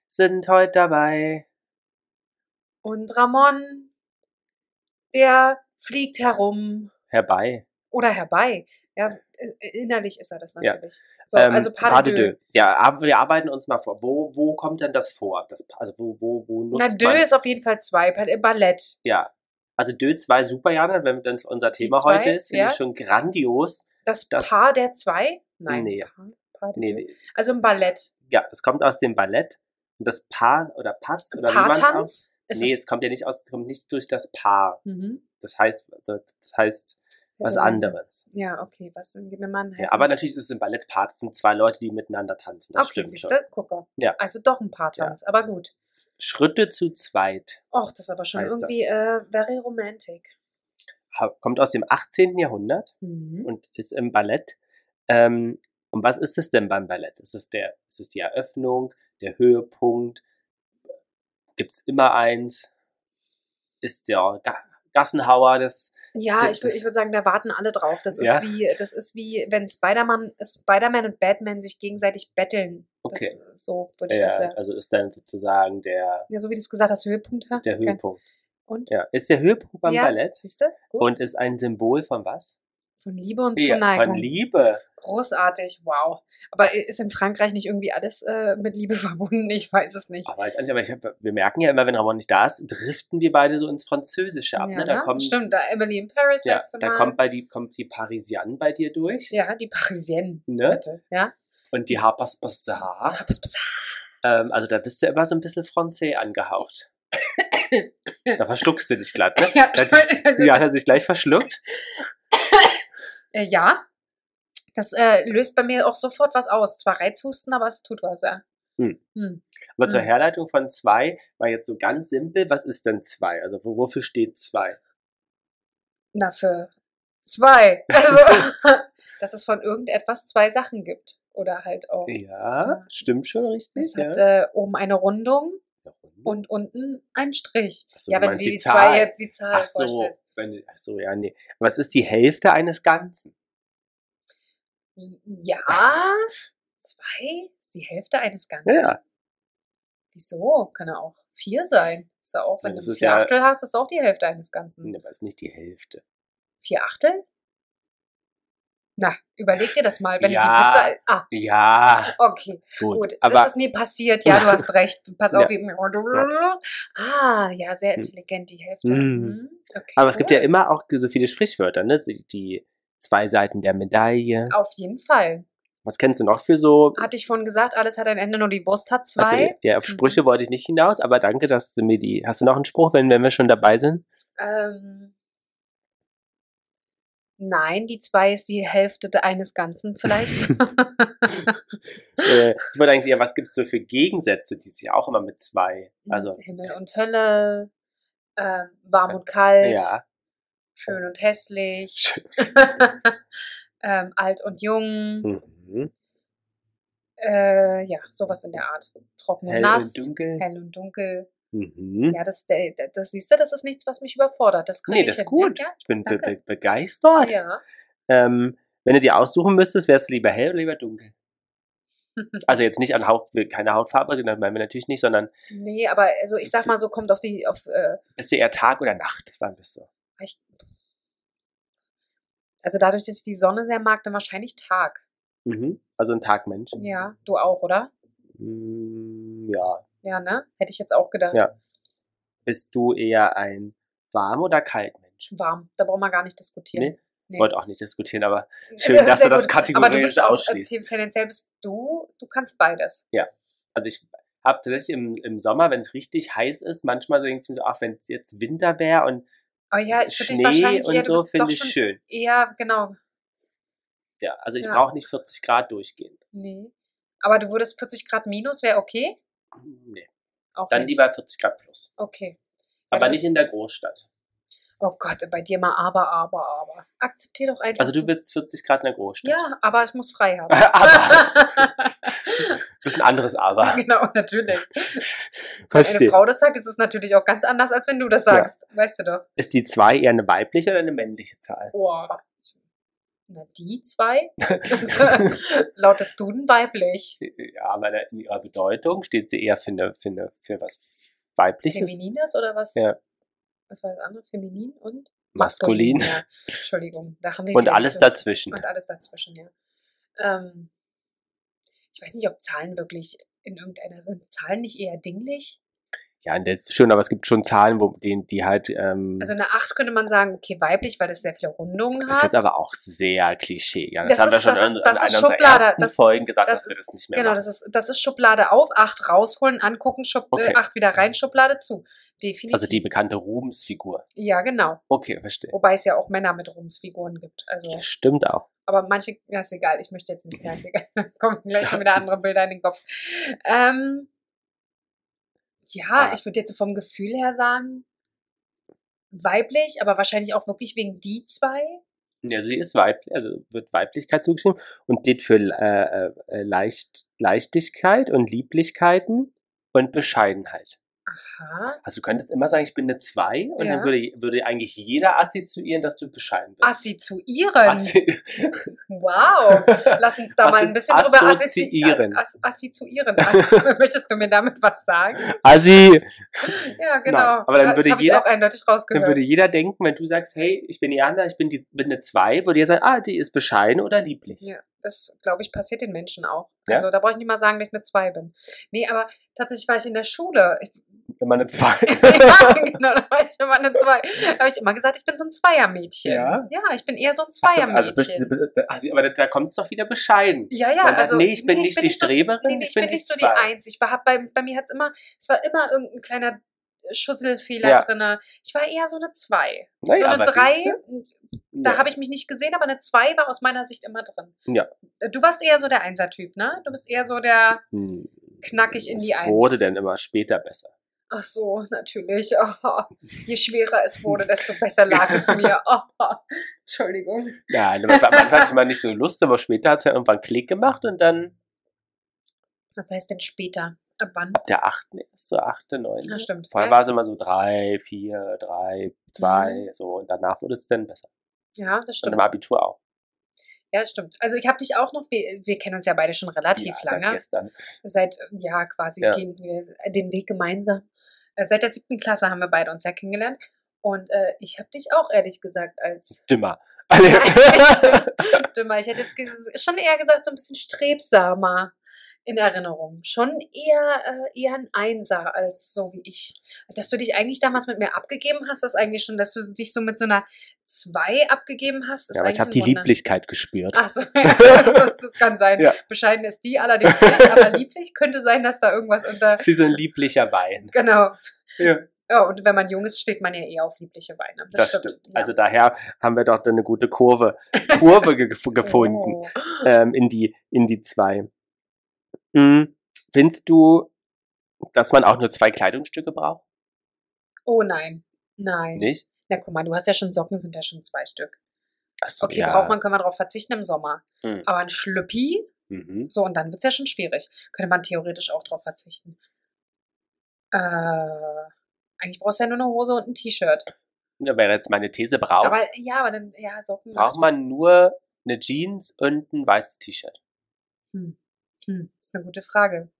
Speaker 2: sind heute dabei.
Speaker 1: Und Ramon, der fliegt herum
Speaker 2: Herbei.
Speaker 1: oder herbei. Ja, äh, innerlich ist er das
Speaker 2: Ja.
Speaker 1: natürlich. So,
Speaker 2: Ähm,
Speaker 1: also Pas de deux.
Speaker 2: Ja, aber wir arbeiten uns mal vor. Wo, wo kommt denn das vor? Das, also wo, wo, wo
Speaker 1: Na,
Speaker 2: nutzt
Speaker 1: deux
Speaker 2: man?
Speaker 1: ist auf jeden Fall zwei. Pas- äh, Ballett.
Speaker 2: Ja. Also Dö 2 super, Jana, wenn das unser Thema
Speaker 1: zwei,
Speaker 2: heute ist, finde
Speaker 1: ja.
Speaker 2: ich schon grandios.
Speaker 1: Das,
Speaker 2: Das-
Speaker 1: Paar der zwei? Nein.
Speaker 2: Nee.
Speaker 1: Paar, Pas de deux.
Speaker 2: Nee,
Speaker 1: Also ein Ballett.
Speaker 2: ja, es kommt aus dem Ballett. Und das Paar oder Pass oder wie man's auch-
Speaker 1: Paartanz? Ist
Speaker 2: Nee,
Speaker 1: es-
Speaker 2: es kommt ja nicht aus, es kommt nicht durch das Paar.
Speaker 1: Mhm.
Speaker 2: Das heißt, also, das heißt was anderes.
Speaker 1: Ja, Also okay. Was, gib mir mal einen
Speaker 2: Ja,
Speaker 1: heißen-
Speaker 2: aber natürlich ist es im Ballett Paar. Das sind zwei Leute, die miteinander tanzen. Das
Speaker 1: okay,
Speaker 2: stimmt
Speaker 1: siehst
Speaker 2: schon.
Speaker 1: du, gucke.
Speaker 2: Ja.
Speaker 1: Also doch ein Paartanz, aber gut.
Speaker 2: Schritte zu zweit.
Speaker 1: Och, das ist aber schon
Speaker 2: Heißt
Speaker 1: irgendwie äh, very romantic.
Speaker 2: Ha- Kommt aus dem 18. Jahrhundert.
Speaker 1: Mhm.
Speaker 2: und ist im Ballett. Ähm, und was ist es denn beim Ballett? Ist es, der, ist es die Eröffnung, der Höhepunkt? Gibt es immer eins? Ist der Ga- Gassenhauer das?
Speaker 1: ja,
Speaker 2: das-
Speaker 1: ich würde ich würd sagen, da warten alle drauf. Das ist
Speaker 2: Ja.
Speaker 1: wie, das ist wie, wenn Spider-Man, Spider-Man und Batman sich gegenseitig betteln.
Speaker 2: Okay.
Speaker 1: Das, so würde ich
Speaker 2: Ja,
Speaker 1: das ja.
Speaker 2: also ist dann sozusagen der,
Speaker 1: Ja, so wie du es gesagt hast, Höhepunkt. ja?
Speaker 2: der
Speaker 1: Ah, Okay.
Speaker 2: Höhepunkt.
Speaker 1: Und
Speaker 2: Ja, ist der Höhepunkt beim
Speaker 1: ja,
Speaker 2: Ballett
Speaker 1: Siehst du? Gut.
Speaker 2: und ist ein Symbol von was?
Speaker 1: von Liebe und
Speaker 2: Ja,
Speaker 1: Zuneigung.
Speaker 2: von Liebe.
Speaker 1: Großartig, wow. Aber ist in Frankreich nicht irgendwie alles äh, mit Liebe verbunden? Ich weiß es nicht.
Speaker 2: Aber, jetzt eigentlich, aber Ah, ich hab, wir merken ja immer, wenn Ramon nicht da ist, driften wir beide so ins Französische ab. ne? Da,
Speaker 1: ne?
Speaker 2: kommen,
Speaker 1: Stimmt, da Emily in Paris
Speaker 2: ja,
Speaker 1: letzte
Speaker 2: da
Speaker 1: Mal.
Speaker 2: kommt, bei die, kommt die Parisienne bei dir durch.
Speaker 1: ja, die Parisienne,
Speaker 2: Ne?
Speaker 1: bitte. Ja.
Speaker 2: Und die Harper's Bazaar.
Speaker 1: Ah, bis- bis-
Speaker 2: Ähm, also da bist du immer so ein bisschen Francais angehaucht. da verschluckst du dich glatt, ne?
Speaker 1: Ja,
Speaker 2: Da hat,
Speaker 1: also-
Speaker 2: ja, hat er sich gleich verschluckt.
Speaker 1: Äh, ja. Das äh, löst bei mir auch sofort was aus. Zwar Reizhusten, aber es tut was, ja.
Speaker 2: Hm.
Speaker 1: Hm.
Speaker 2: Aber zur
Speaker 1: Mhm.
Speaker 2: Herleitung von zwei war jetzt so ganz simpel, was ist denn zwei? Also wo- wofür steht zwei?
Speaker 1: Na, für zwei. Also, dass es von irgendetwas zwei Sachen gibt. Oder halt auch.
Speaker 2: Ja, stimmt schon richtig.
Speaker 1: Es
Speaker 2: Ja.
Speaker 1: hat äh, oben eine Rundung
Speaker 2: Und,
Speaker 1: und unten einen Strich.
Speaker 2: Ach so,
Speaker 1: ja,
Speaker 2: du
Speaker 1: wenn du
Speaker 2: meinst
Speaker 1: die,
Speaker 2: die
Speaker 1: zwei
Speaker 2: Zahl.
Speaker 1: jetzt die Zahl
Speaker 2: ach so,
Speaker 1: vorstellst.
Speaker 2: wenn, ach so, ja, nee. Aber es ist die Hälfte eines Ganzen.
Speaker 1: Ja, zwei ist die Hälfte eines Ganzen.
Speaker 2: Ja,
Speaker 1: Wieso? Kann ja auch vier sein. Ist ja auch, wenn
Speaker 2: Das
Speaker 1: du ein
Speaker 2: ist ja-
Speaker 1: Vierachtel hast, ist auch die Hälfte eines Ganzen.
Speaker 2: nee, aber es ist nicht die Hälfte.
Speaker 1: Vier Achtel? Na, überleg dir das mal, wenn
Speaker 2: Ja.
Speaker 1: du die Pizza. Ah,
Speaker 2: Ja,
Speaker 1: okay,
Speaker 2: gut.
Speaker 1: gut.
Speaker 2: aber
Speaker 1: das ist nie passiert. Ja, du hast recht. Pass auf,
Speaker 2: Ja.
Speaker 1: wie. Ah, ja, sehr intelligent, die Hälfte.
Speaker 2: Mhm.
Speaker 1: Mhm. Okay,
Speaker 2: Aber es gibt ja
Speaker 1: cool.
Speaker 2: immer auch so viele Sprichwörter, ne? Die, die zwei Seiten der Medaille.
Speaker 1: Auf jeden Fall.
Speaker 2: Was kennst du noch für so?
Speaker 1: Hatte ich vorhin gesagt, alles hat ein Ende, nur die Wurst hat Ah, zwei. Mhm.
Speaker 2: Also, ja, auf Sprüche wollte ich nicht hinaus, aber danke, dass du mir die. Hast du noch einen Spruch, wenn, wenn wir schon dabei sind?
Speaker 1: Ähm, nein, die zwei ist die Hälfte de- eines Ganzen vielleicht. Mhm.
Speaker 2: Äh, ich wollte eigentlich eher, was gibt es so für Gegensätze, die sich auch immer mit zwei,
Speaker 1: Mhm.
Speaker 2: also
Speaker 1: Himmel und Hölle, ähm, warm und kalt,
Speaker 2: ja,
Speaker 1: schön und hässlich,
Speaker 2: schön.
Speaker 1: ähm, alt und jung,
Speaker 2: Mhm.
Speaker 1: äh, ja, sowas in der Art. Trocken und
Speaker 2: hell
Speaker 1: nass,
Speaker 2: und dunkel.
Speaker 1: hell und dunkel.
Speaker 2: Mhm.
Speaker 1: Ja, das, der- der- das siehst du, das ist nichts, was mich überfordert. Das krieg
Speaker 2: Nee,
Speaker 1: ich
Speaker 2: das ist
Speaker 1: hin.
Speaker 2: gut.
Speaker 1: Ja,
Speaker 2: Ich bin be
Speaker 1: danke.
Speaker 2: be begeistert.
Speaker 1: ja.
Speaker 2: Ähm, wenn du dir aussuchen müsstest, wärst du lieber hell oder lieber dunkel? Also jetzt nicht an Haut, keine Hautfarbe, genau, meinen wir natürlich nicht, sondern
Speaker 1: nee, aber also ich sag mal so, kommt auf die, auf, äh,
Speaker 2: bist du eher Tag oder Nacht, sagen wir es so.
Speaker 1: ich, also dadurch, dass ich die Sonne sehr mag, dann wahrscheinlich Tag.
Speaker 2: Mhm. Also ein Tagmensch.
Speaker 1: Ja, du auch, oder?
Speaker 2: Mm, Ja.
Speaker 1: Ja, ne? Hätte ich jetzt auch gedacht.
Speaker 2: Ja. Bist du eher ein warm oder kalt Mensch?
Speaker 1: Warm, da brauchen wir gar nicht diskutieren.
Speaker 2: Nee.
Speaker 1: Nee.
Speaker 2: Wollte auch nicht diskutieren, aber Schön, dass du
Speaker 1: sehr
Speaker 2: das
Speaker 1: gut. Aber du
Speaker 2: kategorisch
Speaker 1: bist auch,
Speaker 2: ausschließt.
Speaker 1: äh, Tendenziell bist du, du kannst beides.
Speaker 2: also ich habe tatsächlich im, im Sommer, wenn es richtig heiß ist, manchmal so denke ich mir so, ach, wenn es jetzt Winter wäre und
Speaker 1: Aber ja, ich würde dich
Speaker 2: Schnee
Speaker 1: wahrscheinlich eher,
Speaker 2: und
Speaker 1: du
Speaker 2: so,
Speaker 1: bist doch
Speaker 2: finde ich
Speaker 1: schon
Speaker 2: schön.
Speaker 1: eher, genau,
Speaker 2: Ja, also ich
Speaker 1: Ja.
Speaker 2: brauche nicht 40 Grad durchgehen.
Speaker 1: nee. Aber du würdest 40 Grad minus, wäre okay?
Speaker 2: Nee.
Speaker 1: Auch
Speaker 2: Dann
Speaker 1: nicht.
Speaker 2: lieber 40 Grad plus.
Speaker 1: Okay. Ja,
Speaker 2: Aber
Speaker 1: du
Speaker 2: nicht
Speaker 1: bist-
Speaker 2: in der Großstadt.
Speaker 1: Oh Gott, bei dir mal aber, aber, aber. Akzeptier doch einfach.
Speaker 2: Also du
Speaker 1: so-
Speaker 2: willst 40 Grad in der Großstadt.
Speaker 1: Ja, aber ich muss frei haben.
Speaker 2: aber, das ist ein anderes Aber.
Speaker 1: genau, natürlich. Wenn eine
Speaker 2: Verstehe.
Speaker 1: Frau das sagt, ist es natürlich auch ganz anders, als wenn du das
Speaker 2: Ja.
Speaker 1: sagst. Weißt du doch.
Speaker 2: Ist die 2 eher eine weibliche oder eine männliche Zahl?
Speaker 1: Boah. Na, die zwei? Laut des Duden weiblich.
Speaker 2: Ja, aber da- in ihrer Bedeutung steht sie eher für, eine, für, eine, für was Weibliches.
Speaker 1: Feminines oder was?
Speaker 2: Ja.
Speaker 1: Was war das andere? Feminin und?
Speaker 2: Maskulin.
Speaker 1: Ja. Entschuldigung, da haben wir
Speaker 2: Und
Speaker 1: wieder
Speaker 2: alles
Speaker 1: diese-
Speaker 2: dazwischen.
Speaker 1: Und alles dazwischen, ja. Ähm, ich weiß nicht, ob Zahlen wirklich in irgendeiner sind. Zahlen nicht eher dinglich?
Speaker 2: Ja, und das ist schön, aber es gibt schon Zahlen, wo die, die halt. Ähm,
Speaker 1: Also eine 8 könnte man sagen, okay, weiblich, weil das sehr viele Rundungen
Speaker 2: das ist
Speaker 1: hat.
Speaker 2: jetzt aber auch sehr Klischee. Ja, das,
Speaker 1: Das
Speaker 2: haben wir
Speaker 1: ist-
Speaker 2: schon
Speaker 1: das
Speaker 2: in,
Speaker 1: ist- das
Speaker 2: in
Speaker 1: ist
Speaker 2: einer unserer
Speaker 1: Schublade.
Speaker 2: ersten
Speaker 1: Das-
Speaker 2: Folgen gesagt,
Speaker 1: das
Speaker 2: dass wir das nicht mehr
Speaker 1: genau,
Speaker 2: machen.
Speaker 1: das ist, das ist Schublade auf, 8 rausholen, angucken, Schub
Speaker 2: Okay.
Speaker 1: äh, 8 wieder rein, Schublade zu. Definitiv.
Speaker 2: also die bekannte Rubens-Figur.
Speaker 1: ja, genau.
Speaker 2: Okay, verstehe.
Speaker 1: Wobei es ja auch Männer mit Rumsfiguren gibt. Also,
Speaker 2: Das stimmt auch.
Speaker 1: aber manche, ja, ist egal, ich möchte jetzt nicht mehr, ist egal. Da kommen gleich schon wieder andere Bilder in den Kopf. Ähm, ja,
Speaker 2: Ah.
Speaker 1: ich würde jetzt vom Gefühl her sagen, weiblich, aber wahrscheinlich auch wirklich wegen die zwei.
Speaker 2: Ja, sie ist weiblich, also wird Weiblichkeit zugeschrieben und steht für äh, äh, Leicht, Leichtigkeit und Lieblichkeiten und Bescheidenheit.
Speaker 1: Aha.
Speaker 2: Also du könntest immer sagen, ich bin eine 2 und
Speaker 1: Ja.
Speaker 2: dann würde, würde eigentlich jeder assoziieren, dass du bescheiden bist.
Speaker 1: Assoziieren.
Speaker 2: Assi
Speaker 1: Wow. Lass uns da
Speaker 2: Assi-
Speaker 1: mal ein bisschen drüber
Speaker 2: assoziieren.
Speaker 1: assoziieren. Assoziieren. Assi- Möchtest du mir damit was sagen?
Speaker 2: Assi,
Speaker 1: Ja, genau.
Speaker 2: aber dann
Speaker 1: das
Speaker 2: würde
Speaker 1: habe ich
Speaker 2: jeder-
Speaker 1: auch eindeutig
Speaker 2: dann
Speaker 1: rausgehört.
Speaker 2: würde jeder denken, wenn du sagst, hey, ich bin Jana, ich bin, die, bin eine 2, würde jeder sagen, ah, die ist bescheiden oder lieblich.
Speaker 1: Ja, das, glaube ich, passiert den Menschen auch.
Speaker 2: Ja?
Speaker 1: Also da brauche ich nicht mal sagen, dass ich eine 2 bin. Nee, aber tatsächlich war ich in der Schule. Ich,
Speaker 2: Wenn man eine 2
Speaker 1: ja, genau, da war ich immer eine 2. habe ich immer gesagt, ich bin so ein Zweiermädchen.
Speaker 2: Ja?
Speaker 1: ja, ich bin eher so ein
Speaker 2: also bist,
Speaker 1: Zweiermädchen.
Speaker 2: du- bist, du- Assi, aber da kommt es doch wieder bescheiden.
Speaker 1: ja, ja,
Speaker 2: Man sagt,
Speaker 1: also.
Speaker 2: nee, ich bin nicht die
Speaker 1: so,
Speaker 2: Streberin,
Speaker 1: nee, nee, ich bin, nicht so die
Speaker 2: Zwei.
Speaker 1: Eins. Ich war, bei, bei mir hat es immer, es war immer irgendein kleiner Schusselfehler
Speaker 2: Ja.
Speaker 1: drin. Ich war eher so eine 2.
Speaker 2: Naja,
Speaker 1: so eine
Speaker 2: aber
Speaker 1: 3,
Speaker 2: siehste?
Speaker 1: da
Speaker 2: Ja.
Speaker 1: habe ich mich nicht gesehen, aber eine 2 war aus meiner Sicht immer drin.
Speaker 2: Ja.
Speaker 1: Du warst eher so der Einser-Typ, ne? Du bist eher so der.
Speaker 2: Hm.
Speaker 1: knackig in
Speaker 2: Es
Speaker 1: die Eins.
Speaker 2: wurde dann immer später besser.
Speaker 1: Ach so, natürlich. Oh, je schwerer es wurde, desto besser lag es mir. Oh, Entschuldigung.
Speaker 2: Nein, aber am Anfang schon mal nicht so Lust, aber später hat es ja irgendwann Klick gemacht und dann
Speaker 1: Was heißt denn später? Ab wann?
Speaker 2: ab der 8., so 8., 9.
Speaker 1: Na, stimmt.
Speaker 2: Vorher
Speaker 1: ja,
Speaker 2: war es immer so 3, 4, 3, 2,
Speaker 1: Mhm.
Speaker 2: so und danach wurde es dann besser.
Speaker 1: ja, das
Speaker 2: Und
Speaker 1: stimmt.
Speaker 2: im Abitur auch.
Speaker 1: Ja, stimmt. Also ich habe dich auch noch, wir, wir kennen uns ja beide schon relativ
Speaker 2: Ja, seit
Speaker 1: lange.
Speaker 2: gestern.
Speaker 1: Seit, ja, quasi
Speaker 2: Ja.
Speaker 1: gehen wir den Weg gemeinsam. Äh, Seit der siebten Klasse haben wir beide uns ja kennengelernt. Und äh, ich habe dich auch ehrlich gesagt als
Speaker 2: Dümmer. Also,
Speaker 1: Nein, stimmt. dümmer. Ich hätte jetzt ges- schon eher gesagt, so ein bisschen strebsamer. in Erinnerung. Schon eher, äh, eher ein Einser als so wie ich. Dass du dich eigentlich damals mit mir abgegeben hast, ist eigentlich schon, dass du dich so mit so einer 2 abgegeben hast. Ist
Speaker 2: Ja, aber ich habe die
Speaker 1: Lieblich.
Speaker 2: Lieblichkeit gespürt.
Speaker 1: Ach so, ja, das, das kann sein.
Speaker 2: Ja.
Speaker 1: Bescheiden ist die allerdings nicht, aber lieblich könnte sein, dass da irgendwas unter.
Speaker 2: Sie sind lieblicher Wein.
Speaker 1: Genau.
Speaker 2: Ja.
Speaker 1: Ja, und wenn man jung ist, steht man ja eher auf liebliche Weine.
Speaker 2: Das, stimmt.
Speaker 1: Ja.
Speaker 2: Also daher haben wir doch eine gute Kurve, Kurve ge gefunden
Speaker 1: Oh.
Speaker 2: ähm, in, die, in die zwei. Hm, Findest du, dass man auch nur zwei Kleidungsstücke braucht?
Speaker 1: oh nein. Nein.
Speaker 2: Nicht?
Speaker 1: Na guck mal, du hast ja schon Socken, sind ja schon zwei Stück.
Speaker 2: Ach so,
Speaker 1: Okay, braucht man, kann man darauf verzichten im Sommer.
Speaker 2: Hm.
Speaker 1: Aber ein Schlüppi,
Speaker 2: Mhm.
Speaker 1: so und dann wird es ja schon schwierig. Könnte man theoretisch auch darauf verzichten. Äh, eigentlich brauchst du ja nur eine Hose und ein T-Shirt.
Speaker 2: Ja, wäre jetzt meine These, braucht,
Speaker 1: Aber ja, aber dann, ja, Socken.
Speaker 2: braucht man nur eine Jeans und ein weißes T-Shirt.
Speaker 1: Hm, ist eine gute Frage.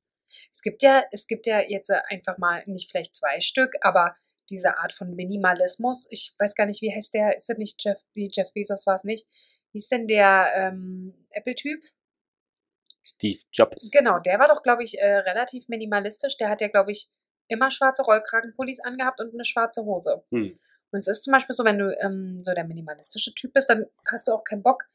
Speaker 1: Es gibt ja, es gibt ja jetzt äh, einfach mal nicht vielleicht zwei Stück, aber diese Art von Minimalismus, ich weiß gar nicht, wie heißt der, ist das nicht Jeff, wie Jeff Bezos war es nicht? Wie ist denn der ähm, Apple-Typ?
Speaker 2: Steve Jobs.
Speaker 1: Genau, der war doch, glaube ich, äh, relativ minimalistisch. Der hat ja, glaube ich, immer schwarze Rollkragenpullis angehabt und eine schwarze Hose.
Speaker 2: Hm.
Speaker 1: Und es ist zum Beispiel so, wenn du ähm, so der minimalistische Typ bist, dann hast du auch keinen Bock,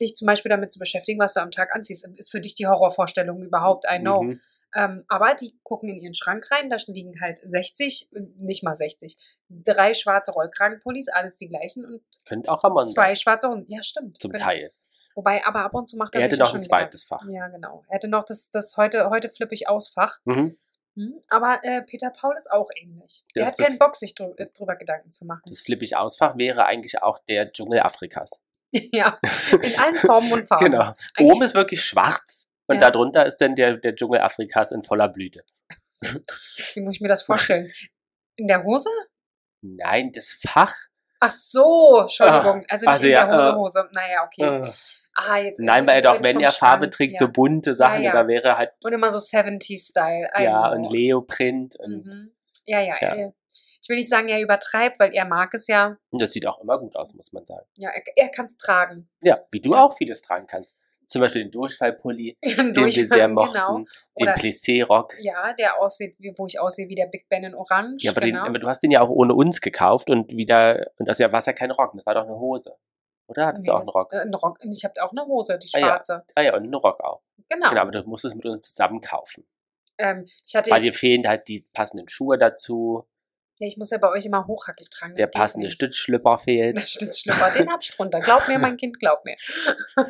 Speaker 1: dich zum Beispiel damit zu beschäftigen, was du am Tag anziehst. Ist für dich die Horrorvorstellung überhaupt, I know.
Speaker 2: Mhm.
Speaker 1: Ähm, aber die gucken in ihren Schrank rein, da liegen halt 60, äh, nicht mal 60, drei schwarze Rollkragenpullis, alles die gleichen und
Speaker 2: Könnte auch Ramon
Speaker 1: zwei
Speaker 2: sein.
Speaker 1: schwarze Hosen. Ja, stimmt.
Speaker 2: Zum
Speaker 1: genau.
Speaker 2: Teil.
Speaker 1: Wobei, aber ab und zu macht er,
Speaker 2: Er hätte
Speaker 1: sich ja
Speaker 2: noch ein
Speaker 1: schon Gedanken.
Speaker 2: zweites Fach.
Speaker 1: Ja, genau. Er hätte noch das, das heute, heute flippig ausfach.
Speaker 2: Mhm.
Speaker 1: Hm? Aber äh, Peter Paul ist auch ähnlich. Der
Speaker 2: Das
Speaker 1: hat
Speaker 2: ist-
Speaker 1: keinen Bock, sich drü äh, drüber Gedanken zu machen.
Speaker 2: Das flippig ausfach wäre eigentlich auch der Dschungel Afrikas.
Speaker 1: ja, in allen Formen und Farben.
Speaker 2: Genau.
Speaker 1: Eigentlich-
Speaker 2: Oben ist wirklich schwarz und
Speaker 1: Ja.
Speaker 2: darunter ist dann der, der Dschungel Afrikas in voller Blüte.
Speaker 1: Wie muss ich mir das vorstellen? In der Hose?
Speaker 2: Nein, das Fach.
Speaker 1: Ach so, Entschuldigung. Also nicht
Speaker 2: also
Speaker 1: in
Speaker 2: ja,
Speaker 1: der Hose,
Speaker 2: äh,
Speaker 1: Hose. Naja, okay.
Speaker 2: äh,
Speaker 1: Ah, jetzt
Speaker 2: Nein,
Speaker 1: du
Speaker 2: weil doch,
Speaker 1: redest
Speaker 2: wenn
Speaker 1: vom
Speaker 2: er Farbe
Speaker 1: Schrank,
Speaker 2: trägt,
Speaker 1: ja.
Speaker 2: so bunte Sachen,
Speaker 1: Ja,
Speaker 2: ja,
Speaker 1: ja.
Speaker 2: da wäre halt,
Speaker 1: Und immer so 70-Style. I
Speaker 2: ja,
Speaker 1: know.
Speaker 2: und Leoprint. Und,
Speaker 1: Mhm. Ja, ja,
Speaker 2: Ja.
Speaker 1: ja. Ich will nicht sagen, er übertreibt, weil er mag es ja.
Speaker 2: und das sieht auch immer gut aus, muss man sagen.
Speaker 1: Ja, er, er kann es tragen.
Speaker 2: Ja, wie du
Speaker 1: Ja.
Speaker 2: auch vieles tragen kannst. Zum Beispiel den Durchfallpulli,
Speaker 1: Den
Speaker 2: den wir sehr
Speaker 1: Genau.
Speaker 2: mochten,
Speaker 1: Oder-
Speaker 2: den Plissé-Rock.
Speaker 1: Ja, der aussieht, wie, wo ich aussehe wie der Big Ben in Orange.
Speaker 2: Ja, aber,
Speaker 1: genau.
Speaker 2: den, aber du hast den ja auch ohne uns gekauft und wieder, und das ja, war es ja kein Rock, das war doch eine Hose. Oder hattest
Speaker 1: Nee,
Speaker 2: du auch
Speaker 1: das-
Speaker 2: einen Rock?
Speaker 1: Äh, ein Rock. Und Ich habe auch eine Hose, die
Speaker 2: Ah, ja.
Speaker 1: schwarze.
Speaker 2: Ah ja, und einen Rock auch.
Speaker 1: Genau.
Speaker 2: Genau, aber du musst es mit uns zusammen kaufen.
Speaker 1: Ähm, ich hatte
Speaker 2: Weil
Speaker 1: jetzt,
Speaker 2: dir fehlen halt die passenden Schuhe dazu,
Speaker 1: ja, ich muss ja bei euch immer hochhackig tragen.
Speaker 2: der
Speaker 1: das geht
Speaker 2: passende
Speaker 1: nicht.
Speaker 2: Stützschlüpper
Speaker 1: Der
Speaker 2: fehlt.
Speaker 1: Stützschlüpper, den hab ich drunter. Glaub mir, mein Kind, glaub mir.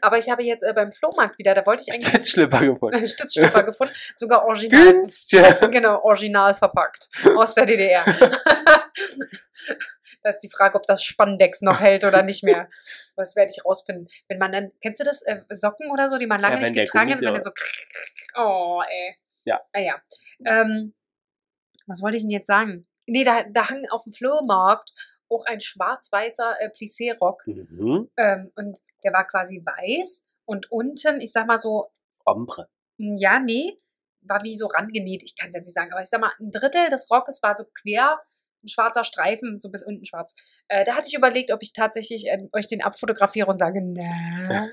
Speaker 1: aber ich habe jetzt äh, beim Flohmarkt wieder, da wollte ich eigentlich
Speaker 2: Stützschlüpper gefunden.
Speaker 1: Stützschlüpper gefunden, sogar original.
Speaker 2: Günstig!
Speaker 1: Genau, original verpackt. Aus der DDR. da ist die Frage, ob das Spandex noch hält oder nicht mehr. Das werde ich rausfinden. Wenn man dann, kennst du das, äh, Socken oder so, die man lange
Speaker 2: Ja, wenn
Speaker 1: nicht
Speaker 2: der
Speaker 1: getragen
Speaker 2: Gummi
Speaker 1: hat, wenn der
Speaker 2: so-
Speaker 1: so. Oh, ey.
Speaker 2: Ja.
Speaker 1: Ah, ja. Ähm, was wollte ich denn jetzt sagen? Nee, da, da hang auf dem Flohmarkt auch ein schwarz-weißer äh, Plissé-Rock.
Speaker 2: Mhm.
Speaker 1: Ähm, und der war quasi weiß und unten, ich sag mal so,
Speaker 2: Ombre.
Speaker 1: Hm, ja, nee, war wie so rangenäht. Ich kann es jetzt nicht sagen, aber ich sag mal, ein Drittel des Rockes war so quer, ein schwarzer Streifen, so bis unten schwarz. Äh, da hatte ich überlegt, ob ich tatsächlich äh, euch den abfotografiere und sage, na,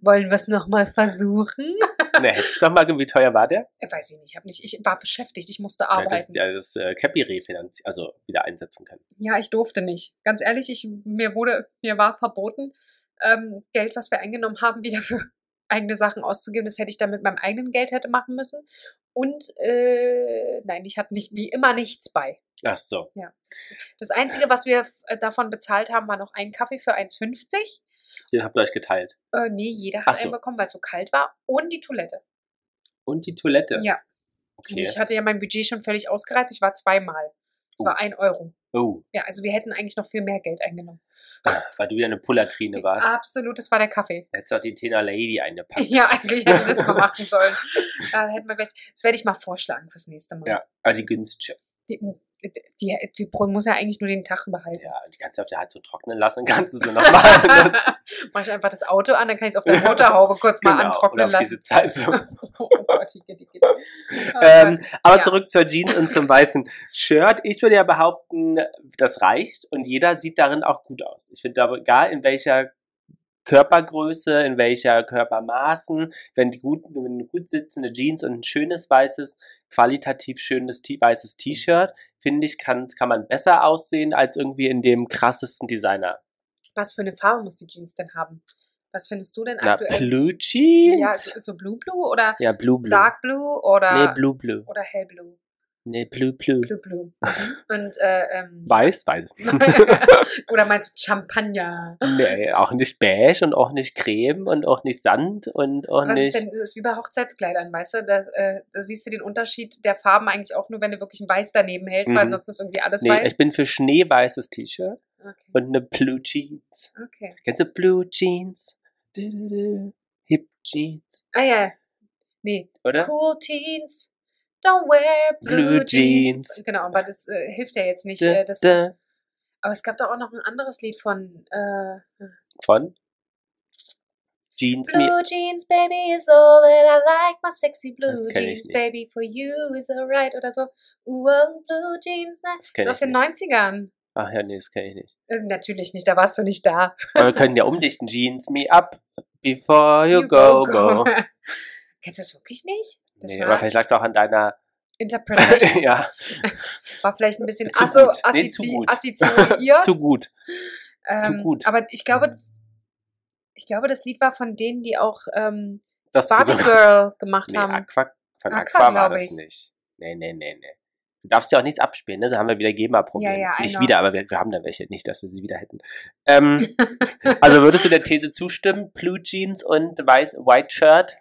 Speaker 1: wollen wir es nochmal versuchen?
Speaker 2: Na, hättest du doch mal, ge- wie teuer war der?
Speaker 1: Äh, weiß ich nicht, hab nicht, ich war beschäftigt, ich musste
Speaker 2: Ja, das,
Speaker 1: arbeiten. Ja,
Speaker 2: ja, das äh, Cappy refinanzieren, also wieder einsetzen können.
Speaker 1: ich durfte nicht. Ganz ehrlich, ich, mir wurde, mir war verboten, ähm, Geld, was wir eingenommen haben, wieder für eigene Sachen auszugeben. Das hätte ich dann mit meinem eigenen Geld hätte machen müssen. Und äh, nein, ich hatte nicht wie immer nichts bei.
Speaker 2: Ach so.
Speaker 1: Das Einzige, was wir äh, davon bezahlt haben, war noch einen Kaffee für 1,50.
Speaker 2: Den habt ihr euch geteilt.
Speaker 1: Äh, nee, jeder
Speaker 2: Ach
Speaker 1: hat
Speaker 2: so.
Speaker 1: einen bekommen, weil es so kalt war. Und die Toilette.
Speaker 2: Und die Toilette.
Speaker 1: Ja. Und
Speaker 2: Okay.
Speaker 1: Ich hatte ja mein Budget schon völlig ausgereizt. Ich war zweimal. Das
Speaker 2: Oh.
Speaker 1: war ein Euro.
Speaker 2: Oh, ah,
Speaker 1: Ja, also wir hätten eigentlich noch viel mehr Geld eingenommen.
Speaker 2: weil du wieder eine Pullatrine warst.
Speaker 1: Absolut, das war der Kaffee.
Speaker 2: Hättest du auch die Tena Lady eingepackt.
Speaker 1: Ja, eigentlich hätte ich das mal machen sollen. Äh, hätten wir gleich. Das werde ich mal vorschlagen fürs nächste Mal.
Speaker 2: Ja, aber Ah, die günstige.
Speaker 1: Die, die, die muss ja eigentlich nur den Tag behalten.
Speaker 2: Ja, die kannst du auf der Hand so trocknen lassen und kannst du sie nochmal benutzen.
Speaker 1: Mach ich einfach das Auto an, dann kann ich es auf der Motorhaube kurz mal
Speaker 2: Genau, Oder
Speaker 1: antrocknen
Speaker 2: auf
Speaker 1: lassen.
Speaker 2: diese Zeitung.
Speaker 1: Oh Gott, die, die, die. Oh Gott.
Speaker 2: Ähm, aber
Speaker 1: Ja.
Speaker 2: zurück zur Jeans und zum weißen Shirt. Ich würde ja behaupten, das reicht und jeder sieht darin auch gut aus. Ich finde, da- egal in welcher Körpergröße, in welcher Körpermaßen, wenn die guten, wenn eine gut sitzende Jeans und ein schönes weißes, qualitativ schönes t- weißes T-Shirt, finde ich, kann, kann man besser aussehen als irgendwie in dem krassesten Designer.
Speaker 1: Was für eine Farbe muss die Jeans denn haben? Was findest du denn
Speaker 2: Na,
Speaker 1: aktuell?
Speaker 2: Blue
Speaker 1: Ja,
Speaker 2: Jeans?
Speaker 1: so so Blue Blue oder
Speaker 2: Ja, Blue Blue.
Speaker 1: Dark Blue oder,
Speaker 2: Nee, Blue Blue.
Speaker 1: oder Hell Blue?
Speaker 2: Nee, Blue Blue.
Speaker 1: Blue Blue. Mhm. Und äh, ähm,
Speaker 2: Weiß? Weiß.
Speaker 1: oder meinst du Champagner?
Speaker 2: nee, auch nicht beige und auch nicht creme und auch nicht Sand und auch
Speaker 1: Was ist
Speaker 2: nicht.
Speaker 1: denn, das ist wie bei Hochzeitskleidern, weißt du? Da, äh, da siehst du den Unterschied der Farben eigentlich auch nur, wenn du wirklich ein Weiß daneben hältst, weil
Speaker 2: Mhm.
Speaker 1: sonst ist irgendwie alles
Speaker 2: nee,
Speaker 1: weiß.
Speaker 2: ich bin für schneeweißes T-Shirt
Speaker 1: Okay.
Speaker 2: und eine Blue Jeans.
Speaker 1: okay.
Speaker 2: Kennst du Blue Jeans? Du-du-du. Hip Jeans,
Speaker 1: Ah ja. Nee.
Speaker 2: oder?
Speaker 1: Cool Teens. Don't wear blue,
Speaker 2: Blue
Speaker 1: jeans.
Speaker 2: Jeans.
Speaker 1: Genau, aber das äh, hilft ja jetzt nicht.
Speaker 2: Da,
Speaker 1: Äh, das,
Speaker 2: da.
Speaker 1: aber es gab doch auch noch ein anderes Lied von äh,
Speaker 2: Von Jeans Me.
Speaker 1: Blue Jeans, baby is all that I like. My sexy blue
Speaker 2: Das kenn ich
Speaker 1: Jeans,
Speaker 2: nicht.
Speaker 1: baby for you is alright. Oder so. Ooh, oh, blue Jeans. Na.
Speaker 2: Das
Speaker 1: Das
Speaker 2: kenn
Speaker 1: ist aus
Speaker 2: ich
Speaker 1: den
Speaker 2: nicht.
Speaker 1: 90ern.
Speaker 2: Ach ja, nee, das kenne ich nicht.
Speaker 1: Äh, natürlich nicht, da warst du nicht da.
Speaker 2: Aber wir können ja umdichten. Jeans Me Up before you, go, go.
Speaker 1: Kennst du das wirklich nicht? Das
Speaker 2: Nee, aber
Speaker 1: war
Speaker 2: vielleicht lag es auch an deiner.
Speaker 1: Interpretation.
Speaker 2: ja,
Speaker 1: War vielleicht ein bisschen
Speaker 2: Zu
Speaker 1: asso,
Speaker 2: gut. Nee, zu
Speaker 1: assozi
Speaker 2: gut.
Speaker 1: assoziiert.
Speaker 2: zu gut.
Speaker 1: ähm,
Speaker 2: zu gut. Mhm.
Speaker 1: Aber ich glaube, ich glaube, das Lied war von denen, die auch ähm,
Speaker 2: Das
Speaker 1: Barbie
Speaker 2: gesungen-
Speaker 1: Girl gemacht
Speaker 2: Nee,
Speaker 1: haben.
Speaker 2: Aqua, von
Speaker 1: Aqua,
Speaker 2: Aqua, war
Speaker 1: glaub ich.
Speaker 2: das nicht. Nee, nee, nee, nee. Du darfst ja auch nichts abspielen, ne? Da haben wir wieder GEMA-Probleme.
Speaker 1: Ja, ja, I
Speaker 2: nicht
Speaker 1: know.
Speaker 2: wieder, aber wir, wir haben da welche. Nicht, dass wir sie wieder hätten. Ähm, also würdest du der These zustimmen? Blue Jeans und weiß, White Shirt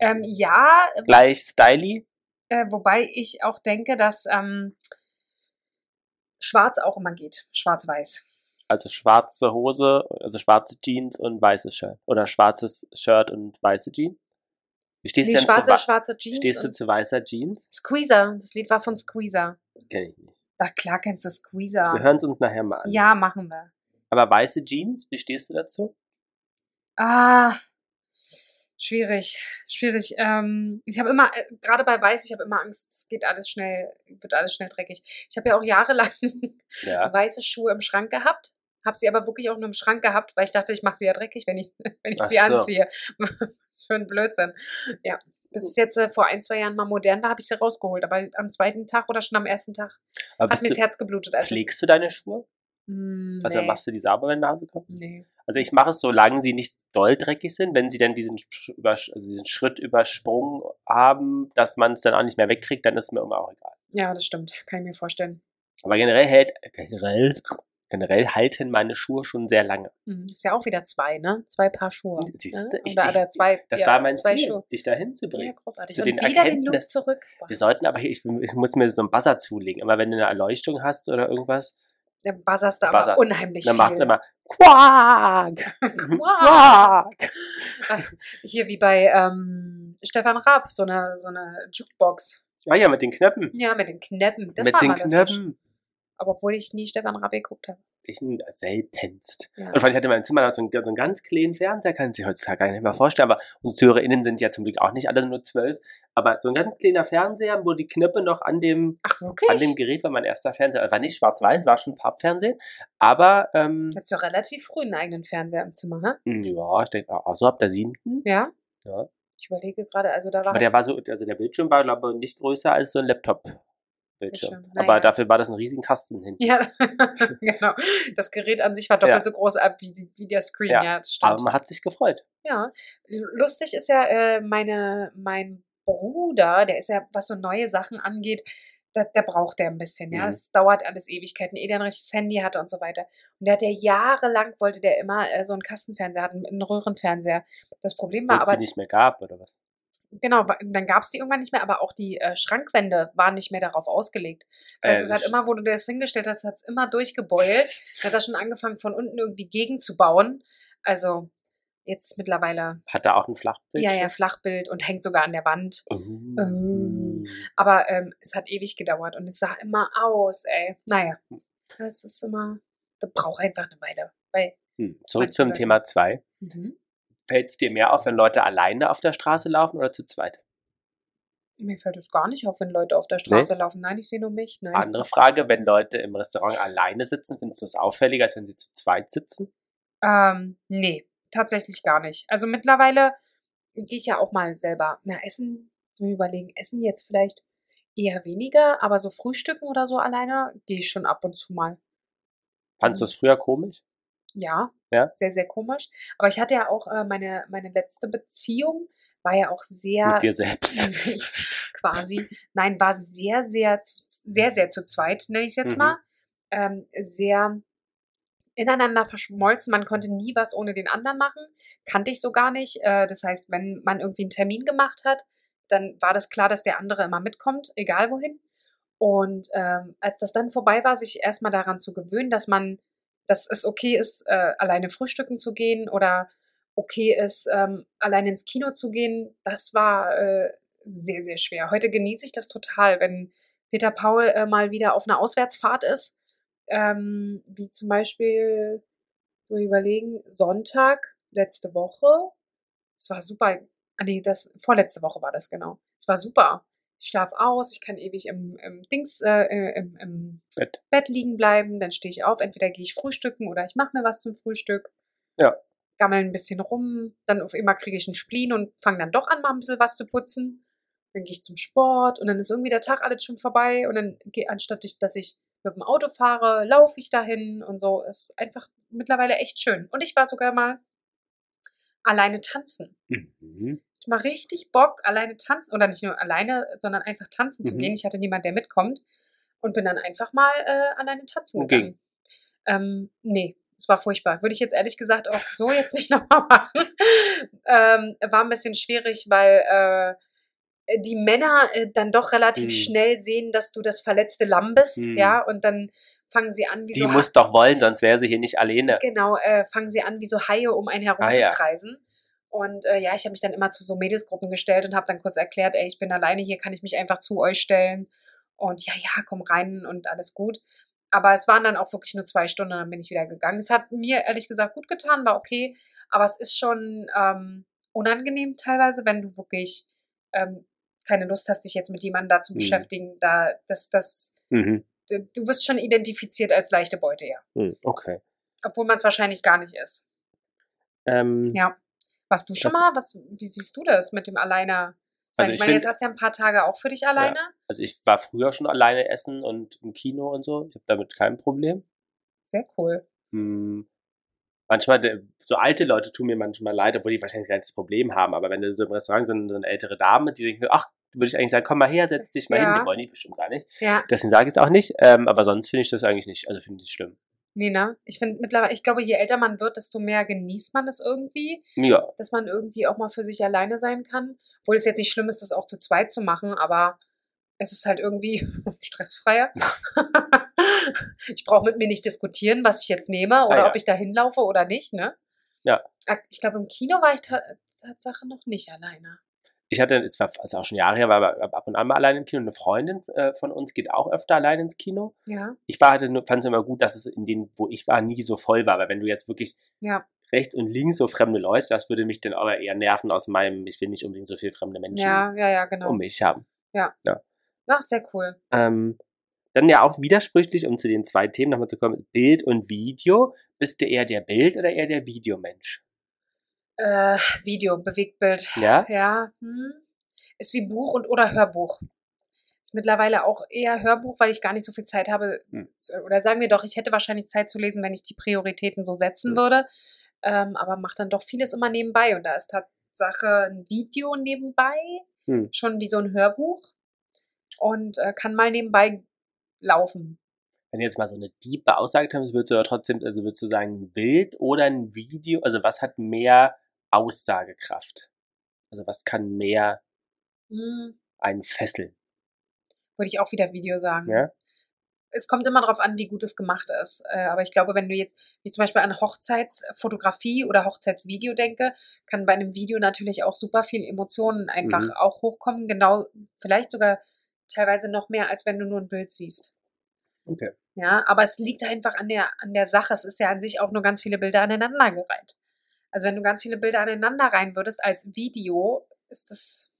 Speaker 1: Ähm, ja,
Speaker 2: gleich Styly?
Speaker 1: äh, wobei ich auch denke, dass ähm, Schwarz auch immer geht. Schwarz-Weiß.
Speaker 2: Also schwarze Hose, also schwarze Jeans und weißes Shirt. Oder schwarzes Shirt und weiße Jeans? Wie stehst
Speaker 1: Nee,
Speaker 2: du denn zu,
Speaker 1: schwarze,
Speaker 2: wa-
Speaker 1: schwarze Jeans.
Speaker 2: stehst du
Speaker 1: Und
Speaker 2: zu weißer Jeans?
Speaker 1: Squeezer. Das Lied war von Squeezer.
Speaker 2: Kenn ich nicht.
Speaker 1: Na klar kennst du
Speaker 2: Wir
Speaker 1: Squeezer.
Speaker 2: hören es uns nachher mal an.
Speaker 1: Ja, machen wir.
Speaker 2: Aber weiße Jeans, wie stehst du dazu?
Speaker 1: Ah, schwierig, schwierig. Ähm, ich habe immer, äh, gerade bei Weiß, ich habe immer Angst, es geht alles schnell, wird alles schnell dreckig. Ich habe ja auch jahrelang
Speaker 2: Ja.
Speaker 1: weiße Schuhe im Schrank gehabt, habe sie aber wirklich auch nur im Schrank gehabt, weil ich dachte, ich mache sie ja dreckig, wenn ich, wenn ich
Speaker 2: Ach
Speaker 1: sie
Speaker 2: so.
Speaker 1: anziehe. Was für ein Blödsinn. Ja, bis es jetzt äh, vor ein, zwei Jahren mal modern war, habe ich sie rausgeholt, aber am zweiten Tag oder schon am ersten Tag
Speaker 2: Aber
Speaker 1: hat
Speaker 2: bist
Speaker 1: mir das
Speaker 2: du,
Speaker 1: Herz geblutet. als es-
Speaker 2: Also pflegst du deine Schuhe?
Speaker 1: Mm,
Speaker 2: Also
Speaker 1: nee, Mhm.
Speaker 2: machst du die sauber, wenn Nase kommt?
Speaker 1: nee.
Speaker 2: Also ich mache es, solange sie nicht doll dreckig sind, wenn sie dann diesen, Sch- Übersch- also diesen Schritt übersprungen haben, dass man es dann auch nicht mehr wegkriegt, dann ist es mir immer auch egal.
Speaker 1: Ja, das stimmt, kann ich mir vorstellen.
Speaker 2: Aber generell hält, generell, generell halten meine Schuhe schon sehr lange.
Speaker 1: Mhm, Ist ja auch wieder zwei, ne? Zwei Paar Schuhe.
Speaker 2: Siehst
Speaker 1: ne?
Speaker 2: du, ich-
Speaker 1: oder,
Speaker 2: ich-
Speaker 1: oder zwei.
Speaker 2: Das
Speaker 1: ja,
Speaker 2: war mein
Speaker 1: zwei
Speaker 2: Ziel,
Speaker 1: Schuhe.
Speaker 2: dich dahin zu
Speaker 1: Ja,
Speaker 2: bringen.
Speaker 1: großartig.
Speaker 2: Zu
Speaker 1: Und
Speaker 2: den
Speaker 1: wieder den Look
Speaker 2: Erkenntnis-
Speaker 1: zurück.
Speaker 2: Wir sollten aber, hier- ich, ich muss mir so einen Buzzer zulegen, aber wenn du eine Erleuchtung hast oder irgendwas,
Speaker 1: Dann buzzerst du aber
Speaker 2: buzzerst.
Speaker 1: unheimlich
Speaker 2: dann macht es
Speaker 1: viel.
Speaker 2: immer Quark!
Speaker 1: Wow. Hier wie bei ähm, Stefan Raab, so eine, so eine Jukebox.
Speaker 2: Ah ja, mit den Knöpfen.
Speaker 1: Ja, mit den Knöpfen. Das
Speaker 2: mit
Speaker 1: war
Speaker 2: den
Speaker 1: mal lustig.
Speaker 2: Knöpfen.
Speaker 1: Aber obwohl ich nie Stefan Raab geguckt habe.
Speaker 2: Ich seltenst.
Speaker 1: Ja.
Speaker 2: Und vor allem, ich hatte in meinem Zimmer noch so einen, so einen ganz kleinen Fernseher, kann ich sich heutzutage gar nicht mehr vorstellen, aber unsere HörerInnen sind ja zum Glück auch nicht alle nur zwölf, aber so ein ganz kleiner Fernseher, wo die Knöpfe noch an dem,
Speaker 1: Ach,
Speaker 2: an dem
Speaker 1: wirklich?
Speaker 2: Gerät war mein erster Fernseher. also War nicht schwarz-weiß, war schon Farbfernsehen, aber ähm,
Speaker 1: Du hast ja relativ früh einen eigenen Fernseher im Zimmer, ne?
Speaker 2: ja, ich denke, auch so ab der siebten.
Speaker 1: Ja?
Speaker 2: Ja.
Speaker 1: Ich überlege gerade, also da war.
Speaker 2: Aber der war so, also der Bildschirm war, glaube ich, nicht größer als so ein Laptop-Bildschirm.
Speaker 1: Bildschirm, naja.
Speaker 2: Aber dafür war das ein riesen Kasten hinten.
Speaker 1: ja, genau. Das Gerät an sich war doppelt
Speaker 2: Ja.
Speaker 1: so groß ab wie, die, wie der Screen. Ja,
Speaker 2: Ja.
Speaker 1: das stimmt.
Speaker 2: Aber man hat sich gefreut.
Speaker 1: Ja, lustig ist ja, äh, meine, mein Bruder, der ist ja, was so neue Sachen angeht, da, da braucht er ein bisschen, ja.
Speaker 2: Mhm.
Speaker 1: Es dauert alles Ewigkeiten, ehe der ein richtiges Handy hatte und so weiter. Und der hat ja jahrelang, wollte der immer äh, so einen Kastenfernseher, hatten, einen Röhrenfernseher. Das Problem
Speaker 2: Weil
Speaker 1: war
Speaker 2: es sie
Speaker 1: aber,
Speaker 2: nicht mehr gab, oder was?
Speaker 1: genau, wa- dann gab es die irgendwann nicht mehr, aber auch die äh, Schrankwände waren nicht mehr darauf ausgelegt. Das heißt,
Speaker 2: Äh,
Speaker 1: es hat
Speaker 2: das-
Speaker 1: immer, wo du das hingestellt hast, hat es immer durchgebeult. Dann hat er schon angefangen, von unten irgendwie gegenzubauen. Also, jetzt mittlerweile
Speaker 2: Hat da auch ein Flachbild?
Speaker 1: ja, ja, Flachbild und hängt sogar an der Wand.
Speaker 2: Oh.
Speaker 1: Aber ähm, es hat ewig gedauert und es sah immer aus, ey. Naja, das ist immer, das braucht einfach eine Weile. Weil,
Speaker 2: Hm. Zurück
Speaker 1: Manche
Speaker 2: zum
Speaker 1: Leute-
Speaker 2: Thema 2. Fällt es dir mehr auf, wenn Leute alleine auf der Straße laufen oder zu zweit?
Speaker 1: mir fällt es gar nicht auf, wenn Leute auf der Straße laufen. Nein, ich sehe nur mich. Nein.
Speaker 2: Andere Frage, wenn Leute im Restaurant alleine sitzen, findest du es auffälliger, als wenn sie zu zweit sitzen?
Speaker 1: Ähm, nee, tatsächlich gar nicht. Also mittlerweile gehe ich ja auch mal selber. Na, Essen, zum Überlegen, Essen jetzt vielleicht eher weniger, aber so Frühstücken oder so alleine gehe ich schon ab und zu mal.
Speaker 2: Fandst du es früher komisch?
Speaker 1: Ja,
Speaker 2: Ja?
Speaker 1: sehr, sehr komisch. Aber ich hatte ja auch äh, meine, meine letzte Beziehung, war ja auch sehr
Speaker 2: Mit dir selbst.
Speaker 1: quasi, nein, war sehr, sehr, zu- sehr, sehr zu zweit, nenne ich es jetzt
Speaker 2: Mhm.
Speaker 1: mal. Ähm, sehr ineinander verschmolzen. Man konnte nie was ohne den anderen machen. Kannte ich so gar nicht. Äh, das heißt, wenn man irgendwie einen Termin gemacht hat, dann war das klar, dass der andere immer mitkommt, egal wohin. Und ähm, als das dann vorbei war, sich erstmal daran zu gewöhnen, dass man, dass es okay ist, äh, alleine frühstücken zu gehen oder okay ist, ähm, alleine ins Kino zu gehen, das war äh, sehr, sehr schwer. Heute genieße ich das total, wenn Peter Paul äh, mal wieder auf einer Auswärtsfahrt ist, ähm, wie zum Beispiel, so überlegen, Sonntag letzte Woche. Es war super. Ah, nee, das, vorletzte Woche war das genau. Es war super. Ich schlaf aus, ich kann ewig im, im Dings, äh, äh, im, im
Speaker 2: Bett.
Speaker 1: Bett liegen bleiben, dann stehe ich auf, entweder gehe ich frühstücken oder ich mache mir was zum Frühstück.
Speaker 2: Ja.
Speaker 1: Gammel ein bisschen rum, dann auf immer kriege ich einen Spleen und fange dann doch an, mal ein bisschen was zu putzen. Dann gehe ich zum Sport und dann ist irgendwie der Tag alles schon vorbei und dann gehe, anstatt ich, dass ich mit dem Auto fahre, laufe ich dahin und so. Ist einfach mittlerweile echt schön. Und ich war sogar mal alleine tanzen.
Speaker 2: Mhm.
Speaker 1: Ich mal richtig Bock, alleine tanzen, oder nicht nur alleine, sondern einfach tanzen zu
Speaker 2: Mhm.
Speaker 1: gehen. Ich hatte niemanden, der mitkommt und bin dann einfach mal äh, alleine tanzen
Speaker 2: Oh, Okay.
Speaker 1: gegangen. Ähm, nee, es war furchtbar. Würde ich jetzt ehrlich gesagt auch so jetzt nicht nochmal machen. Ähm, war ein bisschen schwierig, weil äh, die Männer äh, dann doch relativ
Speaker 2: Mhm.
Speaker 1: schnell sehen, dass du das verletzte Lamm bist,
Speaker 2: Mhm.
Speaker 1: ja, und dann fangen sie an, wie
Speaker 2: Die
Speaker 1: so
Speaker 2: muss doch wollen, sonst wäre sie hier nicht alleine.
Speaker 1: Genau, äh, fangen sie an, wie so Haie um einen
Speaker 2: Ah, ja.
Speaker 1: herumzukreisen. Und äh, ja, ich habe mich dann immer zu so Mädelsgruppen gestellt und habe dann kurz erklärt, ey, ich bin alleine hier, kann ich mich einfach zu euch stellen. Und ja, ja, komm rein und alles gut. Aber es waren dann auch wirklich nur zwei Stunden, dann bin ich wieder gegangen. Es hat mir ehrlich gesagt gut getan, war okay. Aber es ist schon ähm, unangenehm teilweise, wenn du wirklich ähm, keine Lust hast, dich jetzt mit jemandem da zu
Speaker 2: Mhm.
Speaker 1: beschäftigen. Da, das, das,
Speaker 2: Mhm.
Speaker 1: du du wirst schon identifiziert als leichte Beute, ja.
Speaker 2: Mhm. Okay.
Speaker 1: Obwohl man es wahrscheinlich gar nicht ist.
Speaker 2: Ähm,
Speaker 1: Ja. Warst du schon
Speaker 2: Das-
Speaker 1: mal? Was, wie siehst du das mit dem Alleiner? sein?
Speaker 2: Also
Speaker 1: ich
Speaker 2: ich
Speaker 1: meine,
Speaker 2: find-
Speaker 1: jetzt hast du ja ein paar Tage auch für dich alleine.
Speaker 2: Also ich war früher schon alleine essen und im Kino und so. Ich habe damit kein Problem.
Speaker 1: Sehr cool.
Speaker 2: Hm. Manchmal, de- so alte Leute tun mir manchmal leid, obwohl die wahrscheinlich gar nicht das Problem haben. Aber wenn du so im Restaurant sind, so eine ältere Dame, die denken, ach, würde ich eigentlich sagen, komm mal her, setz dich mal
Speaker 1: Ja.
Speaker 2: hin. Die wollen die bestimmt gar nicht.
Speaker 1: Ja,
Speaker 2: Deswegen sage ich es auch nicht. Ähm, aber sonst finde ich das eigentlich nicht. Also finde ich es schlimm.
Speaker 1: Nina, ne? ich finde mittlerweile, ich glaube, je älter man wird, desto mehr genießt man das irgendwie,
Speaker 2: Ja,
Speaker 1: dass man irgendwie auch mal für sich alleine sein kann. Obwohl es jetzt nicht schlimm ist, das auch zu zweit zu machen, aber es ist halt irgendwie stressfreier. ich brauche mit mir nicht diskutieren, was ich jetzt nehme oder
Speaker 2: Ah, ja.
Speaker 1: ob ich da hinlaufe oder nicht, ne?
Speaker 2: Ja.
Speaker 1: Ah, Ich glaube, im Kino war ich ta Tatsache noch nicht alleine.
Speaker 2: ich hatte, es war also auch schon Jahre her, war aber ab und an mal alleine im Kino. Eine Freundin äh, von uns geht auch öfter alleine ins Kino.
Speaker 1: Ja,
Speaker 2: Ich war, hatte, fand es immer gut, dass es in denen, wo ich war, nie so voll war. Weil wenn du jetzt wirklich
Speaker 1: ja.
Speaker 2: rechts und links so fremde Leute, das würde mich dann aber eher nerven aus meinem, ich will nicht unbedingt so viel fremde Menschen
Speaker 1: Ja, ja, ja, genau.
Speaker 2: um mich haben.
Speaker 1: Ach, sehr cool.
Speaker 2: Ähm, dann ja auch widersprüchlich, um zu den zwei Themen nochmal zu kommen, Bild und Video. Bist du eher der Bild- oder eher der Videomensch?
Speaker 1: Äh, Video, Bewegtbild.
Speaker 2: Ja?
Speaker 1: Ja, hm. Ist wie Buch und oder Hörbuch. Ist mittlerweile auch eher Hörbuch, weil ich gar nicht so viel Zeit habe.
Speaker 2: Hm.
Speaker 1: zu- Oder sagen wir doch, ich hätte wahrscheinlich Zeit zu lesen, wenn ich die Prioritäten so setzen
Speaker 2: Hm.
Speaker 1: würde. Ähm, aber mache dann doch vieles immer nebenbei. Und da ist Tatsache ein Video nebenbei,
Speaker 2: Hm.
Speaker 1: schon wie so ein Hörbuch. Und äh, kann mal nebenbei laufen.
Speaker 2: Wenn du jetzt mal so eine tiefe Aussage hast, würdest du aber trotzdem, also würdest du sagen, ein Bild oder ein Video, also was hat mehr Aussagekraft? Also was kann mehr
Speaker 1: Hm,
Speaker 2: einen fesseln?
Speaker 1: würde ich auch wieder Video sagen.
Speaker 2: Ja?
Speaker 1: es kommt immer darauf an, wie gut es gemacht ist. Äh, Aber ich glaube, wenn du jetzt, wie zum Beispiel an Hochzeitsfotografie oder Hochzeitsvideo denke, kann bei einem Video natürlich auch super viel Emotionen einfach
Speaker 2: Mhm.
Speaker 1: auch hochkommen. Genau, vielleicht sogar teilweise noch mehr, als wenn du nur ein Bild siehst.
Speaker 2: Okay.
Speaker 1: Ja, aber es liegt einfach an der, an der Sache. Es ist ja an sich auch nur ganz viele Bilder aneinandergereiht. Also wenn du ganz viele Bilder aneinander rein würdest als Video, ist das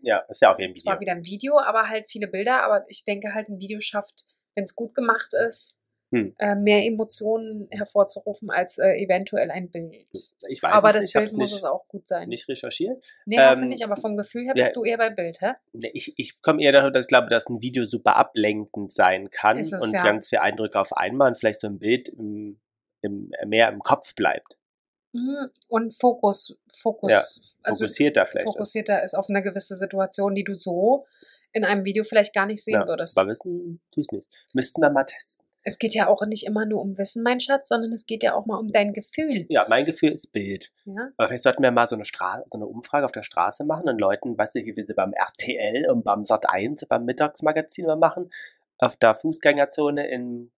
Speaker 2: Ja, ist ja auch wie ein
Speaker 1: zwar
Speaker 2: Video.
Speaker 1: wieder ein Video, aber halt viele Bilder. Aber ich denke halt, ein Video schafft, wenn es gut gemacht ist,
Speaker 2: Hm.
Speaker 1: äh, mehr Emotionen hervorzurufen als äh, eventuell ein Bild.
Speaker 2: Ich weiß
Speaker 1: aber
Speaker 2: es
Speaker 1: das
Speaker 2: nicht, ich habe
Speaker 1: Bild
Speaker 2: es
Speaker 1: muss es
Speaker 2: nicht,
Speaker 1: auch gut sein.
Speaker 2: nicht recherchiert.
Speaker 1: nee, hast du
Speaker 2: ähm,
Speaker 1: nicht, aber vom Gefühl her
Speaker 2: ja.
Speaker 1: bist du eher bei Bild, hä?
Speaker 2: Nee, Ne, Ich, ich komme eher daher, dass ich glaube, dass ein Video super ablenkend sein kann
Speaker 1: Ist es,
Speaker 2: und
Speaker 1: ja.
Speaker 2: ganz viele Eindrücke auf einmal und vielleicht so ein Bild im, im, äh, mehr im Kopf bleibt.
Speaker 1: Mhm. Und Fokus, Fokus,
Speaker 2: Ja,
Speaker 1: also
Speaker 2: Fokussierter vielleicht. ist.
Speaker 1: fokussierter ist auf eine gewisse Situation, die du so in einem Video vielleicht gar nicht sehen
Speaker 2: Ja,
Speaker 1: würdest.
Speaker 2: Aber wissen tust nicht. Müssten wir mal testen.
Speaker 1: Es geht ja auch nicht immer nur um Wissen, mein Schatz, sondern es geht ja auch mal um dein Gefühl.
Speaker 2: Ja, mein Gefühl ist Bild.
Speaker 1: Ja?
Speaker 2: Aber vielleicht sollten wir mal so eine, Stra so eine Umfrage auf der Straße machen und Leuten, weißt du, wie wir sie beim RTL und beim Sat1, beim Mittagsmagazin immer machen, auf der Fußgängerzone in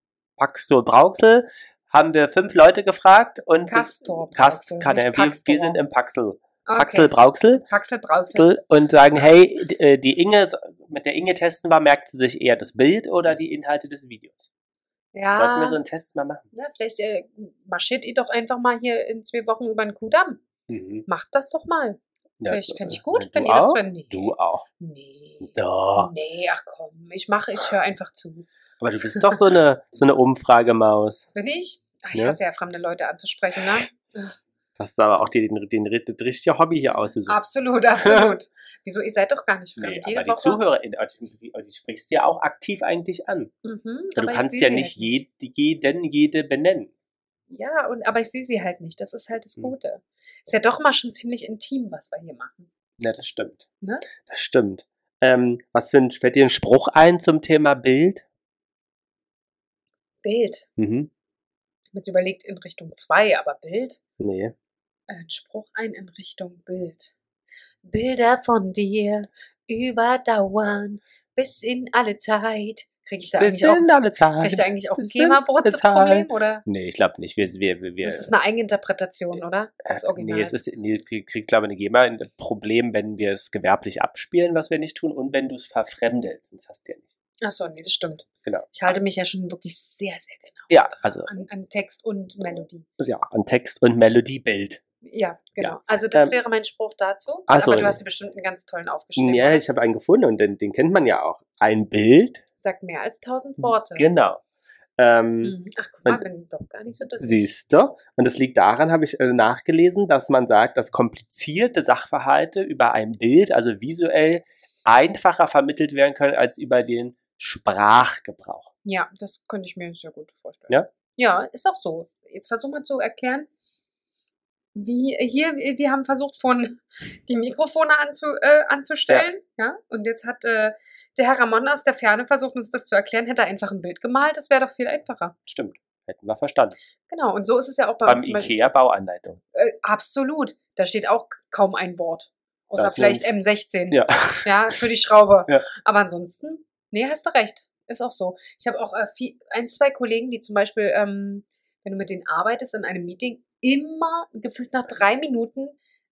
Speaker 2: Paxel-Brauxel, haben wir fünf Leute gefragt und
Speaker 1: Castor,
Speaker 2: Kas
Speaker 1: Brauxel,
Speaker 2: kann
Speaker 1: nicht
Speaker 2: er, wir,
Speaker 1: Paxtor.
Speaker 2: wir sind im Paxel,
Speaker 1: Okay.
Speaker 2: Paxel-Brauxel
Speaker 1: Paxel Brauxel.
Speaker 2: und sagen, hey, d- äh, die Inge, mit der Inge testen war, merkt sie sich eher das Bild oder die Inhalte des Videos. Sollten
Speaker 1: Ja,
Speaker 2: wir so einen Test mal machen?
Speaker 1: ne, vielleicht äh, marschiert ihr doch einfach mal hier in zwei Wochen über den Kudamm. Macht das doch mal.
Speaker 2: Ja,
Speaker 1: Finde
Speaker 2: äh,
Speaker 1: ich, Mhm. find ich gut,
Speaker 2: du
Speaker 1: wenn ihr das
Speaker 2: auch?
Speaker 1: wenn nee.
Speaker 2: Du auch.
Speaker 1: Nee.
Speaker 2: Doch.
Speaker 1: Nee, ach komm, ich mache, ich höre einfach zu.
Speaker 2: Aber du bist doch so eine, so eine Umfragemaus.
Speaker 1: Bin ich? Ach, ich
Speaker 2: Ja.
Speaker 1: hasse ja fremde Leute anzusprechen, ne?
Speaker 2: Das ist aber auch die, den, den, das richtige Hobby hier ausgesucht.
Speaker 1: Absolut, absolut. Wieso, ihr seid doch gar nicht fremd.
Speaker 2: Nee,
Speaker 1: Jede
Speaker 2: aber die
Speaker 1: Woche.
Speaker 2: Zuhörer, die, die, die sprichst du ja auch aktiv eigentlich an.
Speaker 1: Mhm,
Speaker 2: Du
Speaker 1: aber ich
Speaker 2: kannst
Speaker 1: seh
Speaker 2: ja
Speaker 1: sie
Speaker 2: nicht
Speaker 1: halt nicht.
Speaker 2: jed, jeden, jede benennen.
Speaker 1: Ja, und, aber ich sehe sie halt nicht. Das ist halt das
Speaker 2: Mhm.
Speaker 1: Gute. Ist ja doch mal schon ziemlich intim, was wir hier machen.
Speaker 2: Ja, das stimmt.
Speaker 1: Ne?
Speaker 2: Das stimmt. Ähm, was für ein, fällt dir ein Spruch ein zum Thema Bild?
Speaker 1: Bild.
Speaker 2: Mhm.
Speaker 1: Ich habe jetzt überlegt in Richtung 2, aber Bild.
Speaker 2: Nee.
Speaker 1: Äh, Ein Spruch ein in Richtung Bild. Bilder von dir überdauern bis in alle Zeit. Kriege ich da
Speaker 2: Bis
Speaker 1: eigentlich auch,
Speaker 2: in alle
Speaker 1: krieg ich da
Speaker 2: Zeit.
Speaker 1: eigentlich auch ein
Speaker 2: Bis in alle
Speaker 1: Gamer-Brotze-Problem? Oder?
Speaker 2: Nee, ich glaube nicht. Wir, wir, wir, wir,
Speaker 1: Das ist eine Eigeninterpretation, oder? Das
Speaker 2: Äh,
Speaker 1: Original.
Speaker 2: Nee, es ist, nee, krieg- kriegt, glaube ich, eine GEMA ein Problem, wenn wir es gewerblich abspielen, was wir nicht tun, und wenn du es verfremdelst. Das hast du ja nicht.
Speaker 1: Achso, nee, das stimmt.
Speaker 2: Genau.
Speaker 1: Ich halte mich ja schon wirklich sehr, sehr genau
Speaker 2: Ja, also
Speaker 1: an, an Text und Melodie.
Speaker 2: ja, an Text und Melodiebild.
Speaker 1: Ja, genau.
Speaker 2: Ja.
Speaker 1: Also das
Speaker 2: Ähm,
Speaker 1: wäre mein Spruch dazu.
Speaker 2: ach so,
Speaker 1: aber du
Speaker 2: ja.
Speaker 1: hast dir bestimmt einen ganz tollen aufgeschrieben.
Speaker 2: Ja, ich habe einen gefunden und den, den kennt man ja auch. Ein Bild.
Speaker 1: Sagt mehr als tausend Worte.
Speaker 2: Genau. Ähm,
Speaker 1: Mhm. Ach, guck mal,
Speaker 2: Und-
Speaker 1: bin doch gar nicht so dusselig.
Speaker 2: Siehst du? Und das liegt daran, habe ich äh, nachgelesen, dass man sagt, dass komplizierte Sachverhalte über ein Bild, also visuell, einfacher vermittelt werden können als über den Sprachgebrauch.
Speaker 1: Ja, das könnte ich mir sehr gut vorstellen.
Speaker 2: Ja?
Speaker 1: Ja, ist auch so. Jetzt versuch mal zu erklären, wie hier, wir haben versucht, von die Mikrofone anzu, äh, anzustellen. Ja. Und jetzt hat äh, der Herr Ramon aus der Ferne versucht, uns das zu erklären. Hätte er einfach ein Bild gemalt, das wäre doch viel einfacher.
Speaker 2: Stimmt. Hätten wir verstanden.
Speaker 1: Genau, und so ist es ja auch bei
Speaker 2: Beim
Speaker 1: uns. zum Beispiel-
Speaker 2: IKEA-Bauanleitung.
Speaker 1: Äh, absolut. Da steht auch kaum ein Wort. Außer
Speaker 2: ist
Speaker 1: vielleicht
Speaker 2: nur
Speaker 1: M16.
Speaker 2: Ja.
Speaker 1: Ja, für die Schraube.
Speaker 2: Ja.
Speaker 1: Aber ansonsten, nee, hast du recht. Ist auch so. Ich habe auch äh, viel, ein, zwei Kollegen, die zum Beispiel, ähm, wenn du mit denen arbeitest in einem Meeting, immer gefühlt nach drei Minuten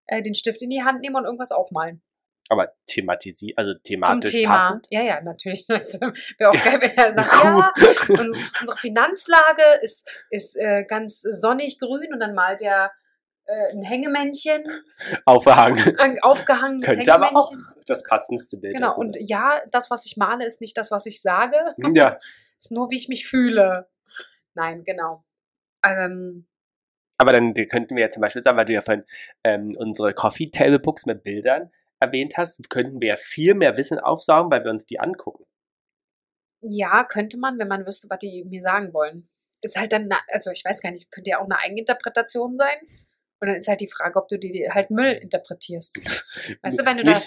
Speaker 1: äh, den Stift in die Hand nehmen und irgendwas aufmalen.
Speaker 2: Aber thematisi also
Speaker 1: Zum
Speaker 2: thematisch
Speaker 1: Thema.
Speaker 2: passend.
Speaker 1: Ja, ja, natürlich. Das Wäre auch geil, wenn er sagt,
Speaker 2: Kuh.
Speaker 1: ja, unsere, unsere Finanzlage ist, ist äh, ganz sonnig grün und dann malt er äh, ein Hängemännchen
Speaker 2: Aufgehangen.
Speaker 1: Ang- aufgehangenes
Speaker 2: Könnte aber auch
Speaker 1: Hängemännchen.
Speaker 2: das passendste Bild
Speaker 1: Genau,
Speaker 2: dazu
Speaker 1: und
Speaker 2: sein.
Speaker 1: ja, das, was ich male, ist nicht das, was ich sage.
Speaker 2: Ja,
Speaker 1: Ist nur, wie ich mich fühle. Nein, genau. Ähm,
Speaker 2: aber dann könnten wir ja zum Beispiel sagen, weil du ja vorhin ähm, unsere Coffee Table Books mit Bildern erwähnt hast, könnten wir ja viel mehr Wissen aufsaugen, weil wir uns die angucken.
Speaker 1: ja, könnte man, wenn man wüsste, was die mir sagen wollen. Ist halt dann, na- also ich weiß gar nicht, könnte ja auch eine Eigeninterpretation sein. Und dann ist halt die Frage, ob du die die halt Müll interpretierst. Weißt du, wenn du
Speaker 2: nicht
Speaker 1: das-